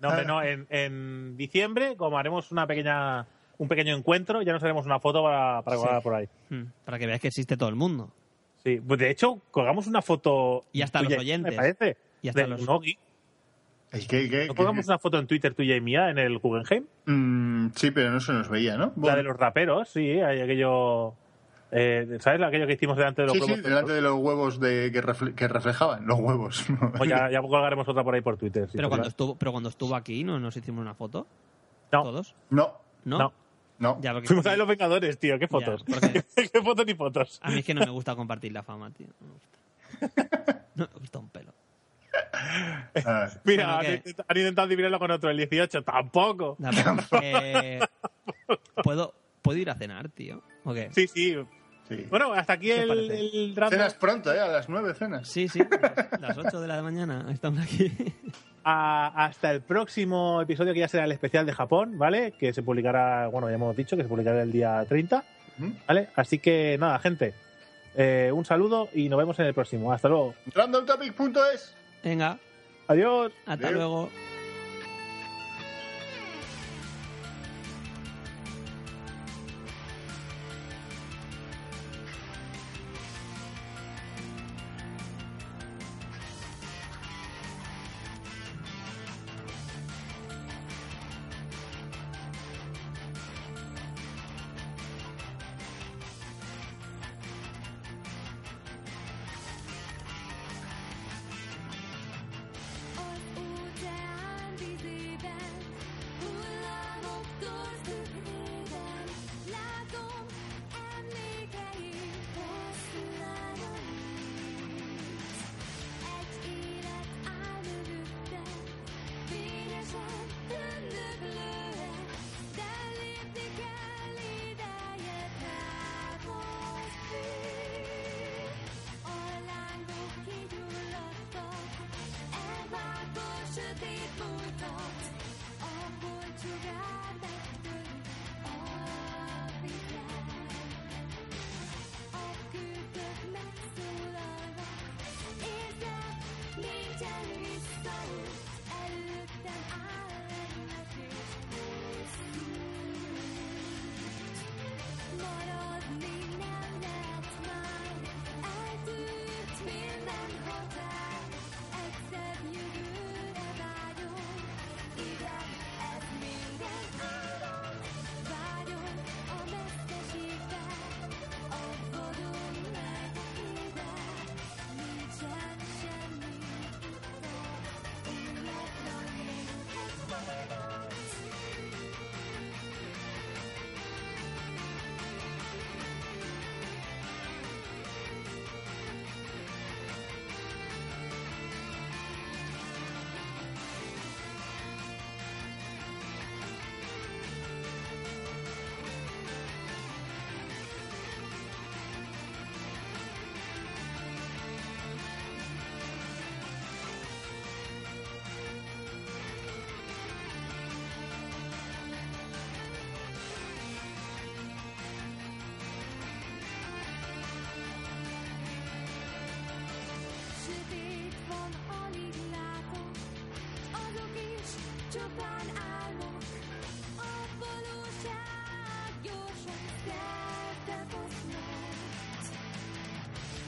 No, hombre, no, en, en diciembre, como haremos una pequeña, un pequeño encuentro, ya nos haremos una foto para, para Sí. colgar por ahí. Hmm, Para que veáis que existe todo el mundo. Sí, pues de hecho, colgamos una foto. Y hasta los tuya, oyentes. Me parece. Y hasta de los- un Ogi. ¿El qué? el qué? ¿No pongamos una foto en Twitter tuya y mía en el Guggenheim? Mm, sí, pero no se nos veía, ¿no? La de los raperos, sí, hay aquello. eh, ¿Sabes? Aquello que hicimos delante de los Sí, sí, globos delante de los huevos de, que, refle- que reflejaban, los huevos. O Pues ya, ya colgaremos otra por ahí por Twitter. sí, pero, cuando ¿verdad? estuvo, pero cuando estuvo aquí, ¿no nos hicimos una foto? No. ¿Todos? No, ¿No? No. no. Ya, porque- Fuimos a ver los Vengadores, tío, qué fotos. Ya, Ah, porque- qué fotos ni fotos. A mí es que no me gusta compartir la fama, tío. No me gusta, No me gusta un pelo. Ah, Mira, Bueno, han, ¿qué? intenta- han intentado adivinarlo con otro, el 18, tampoco. Da pena. Eh, ¿puedo, ¿Puedo ir a cenar, tío? ¿O qué? Sí, sí. sí. Bueno, hasta aquí ¿Qué el, parece? el random. Cenas pronto, ¿eh? A las nueve cenas. Sí, sí, las- las 8 de la mañana estamos aquí. A- hasta el próximo episodio que ya será el especial de Japón, ¿vale? Que se publicará, bueno, ya hemos dicho que se publicará el día 30, Ujú. ¿vale? Así que nada, gente. eh, un saludo y nos vemos en el próximo. Hasta luego. RandomTopic.es Venga, Adiós. hasta Adiós. luego.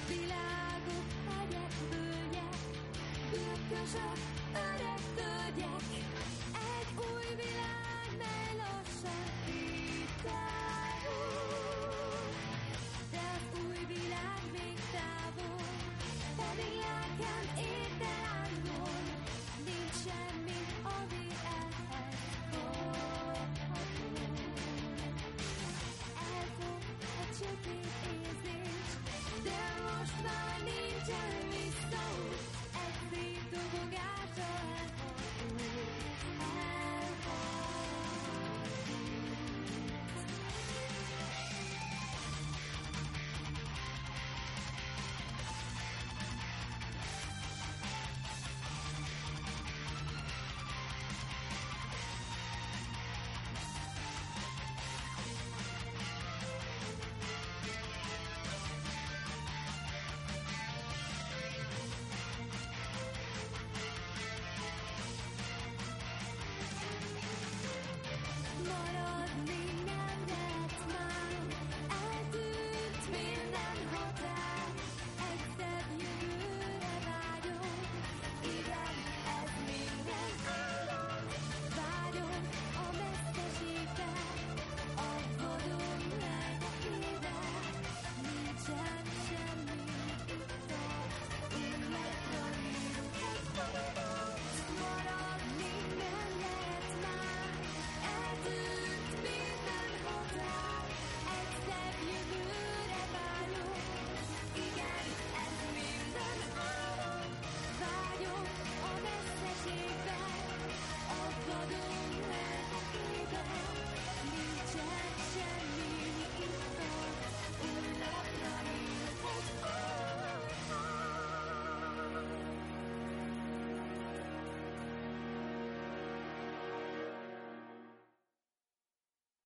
Világok hegyek bője, bürkösök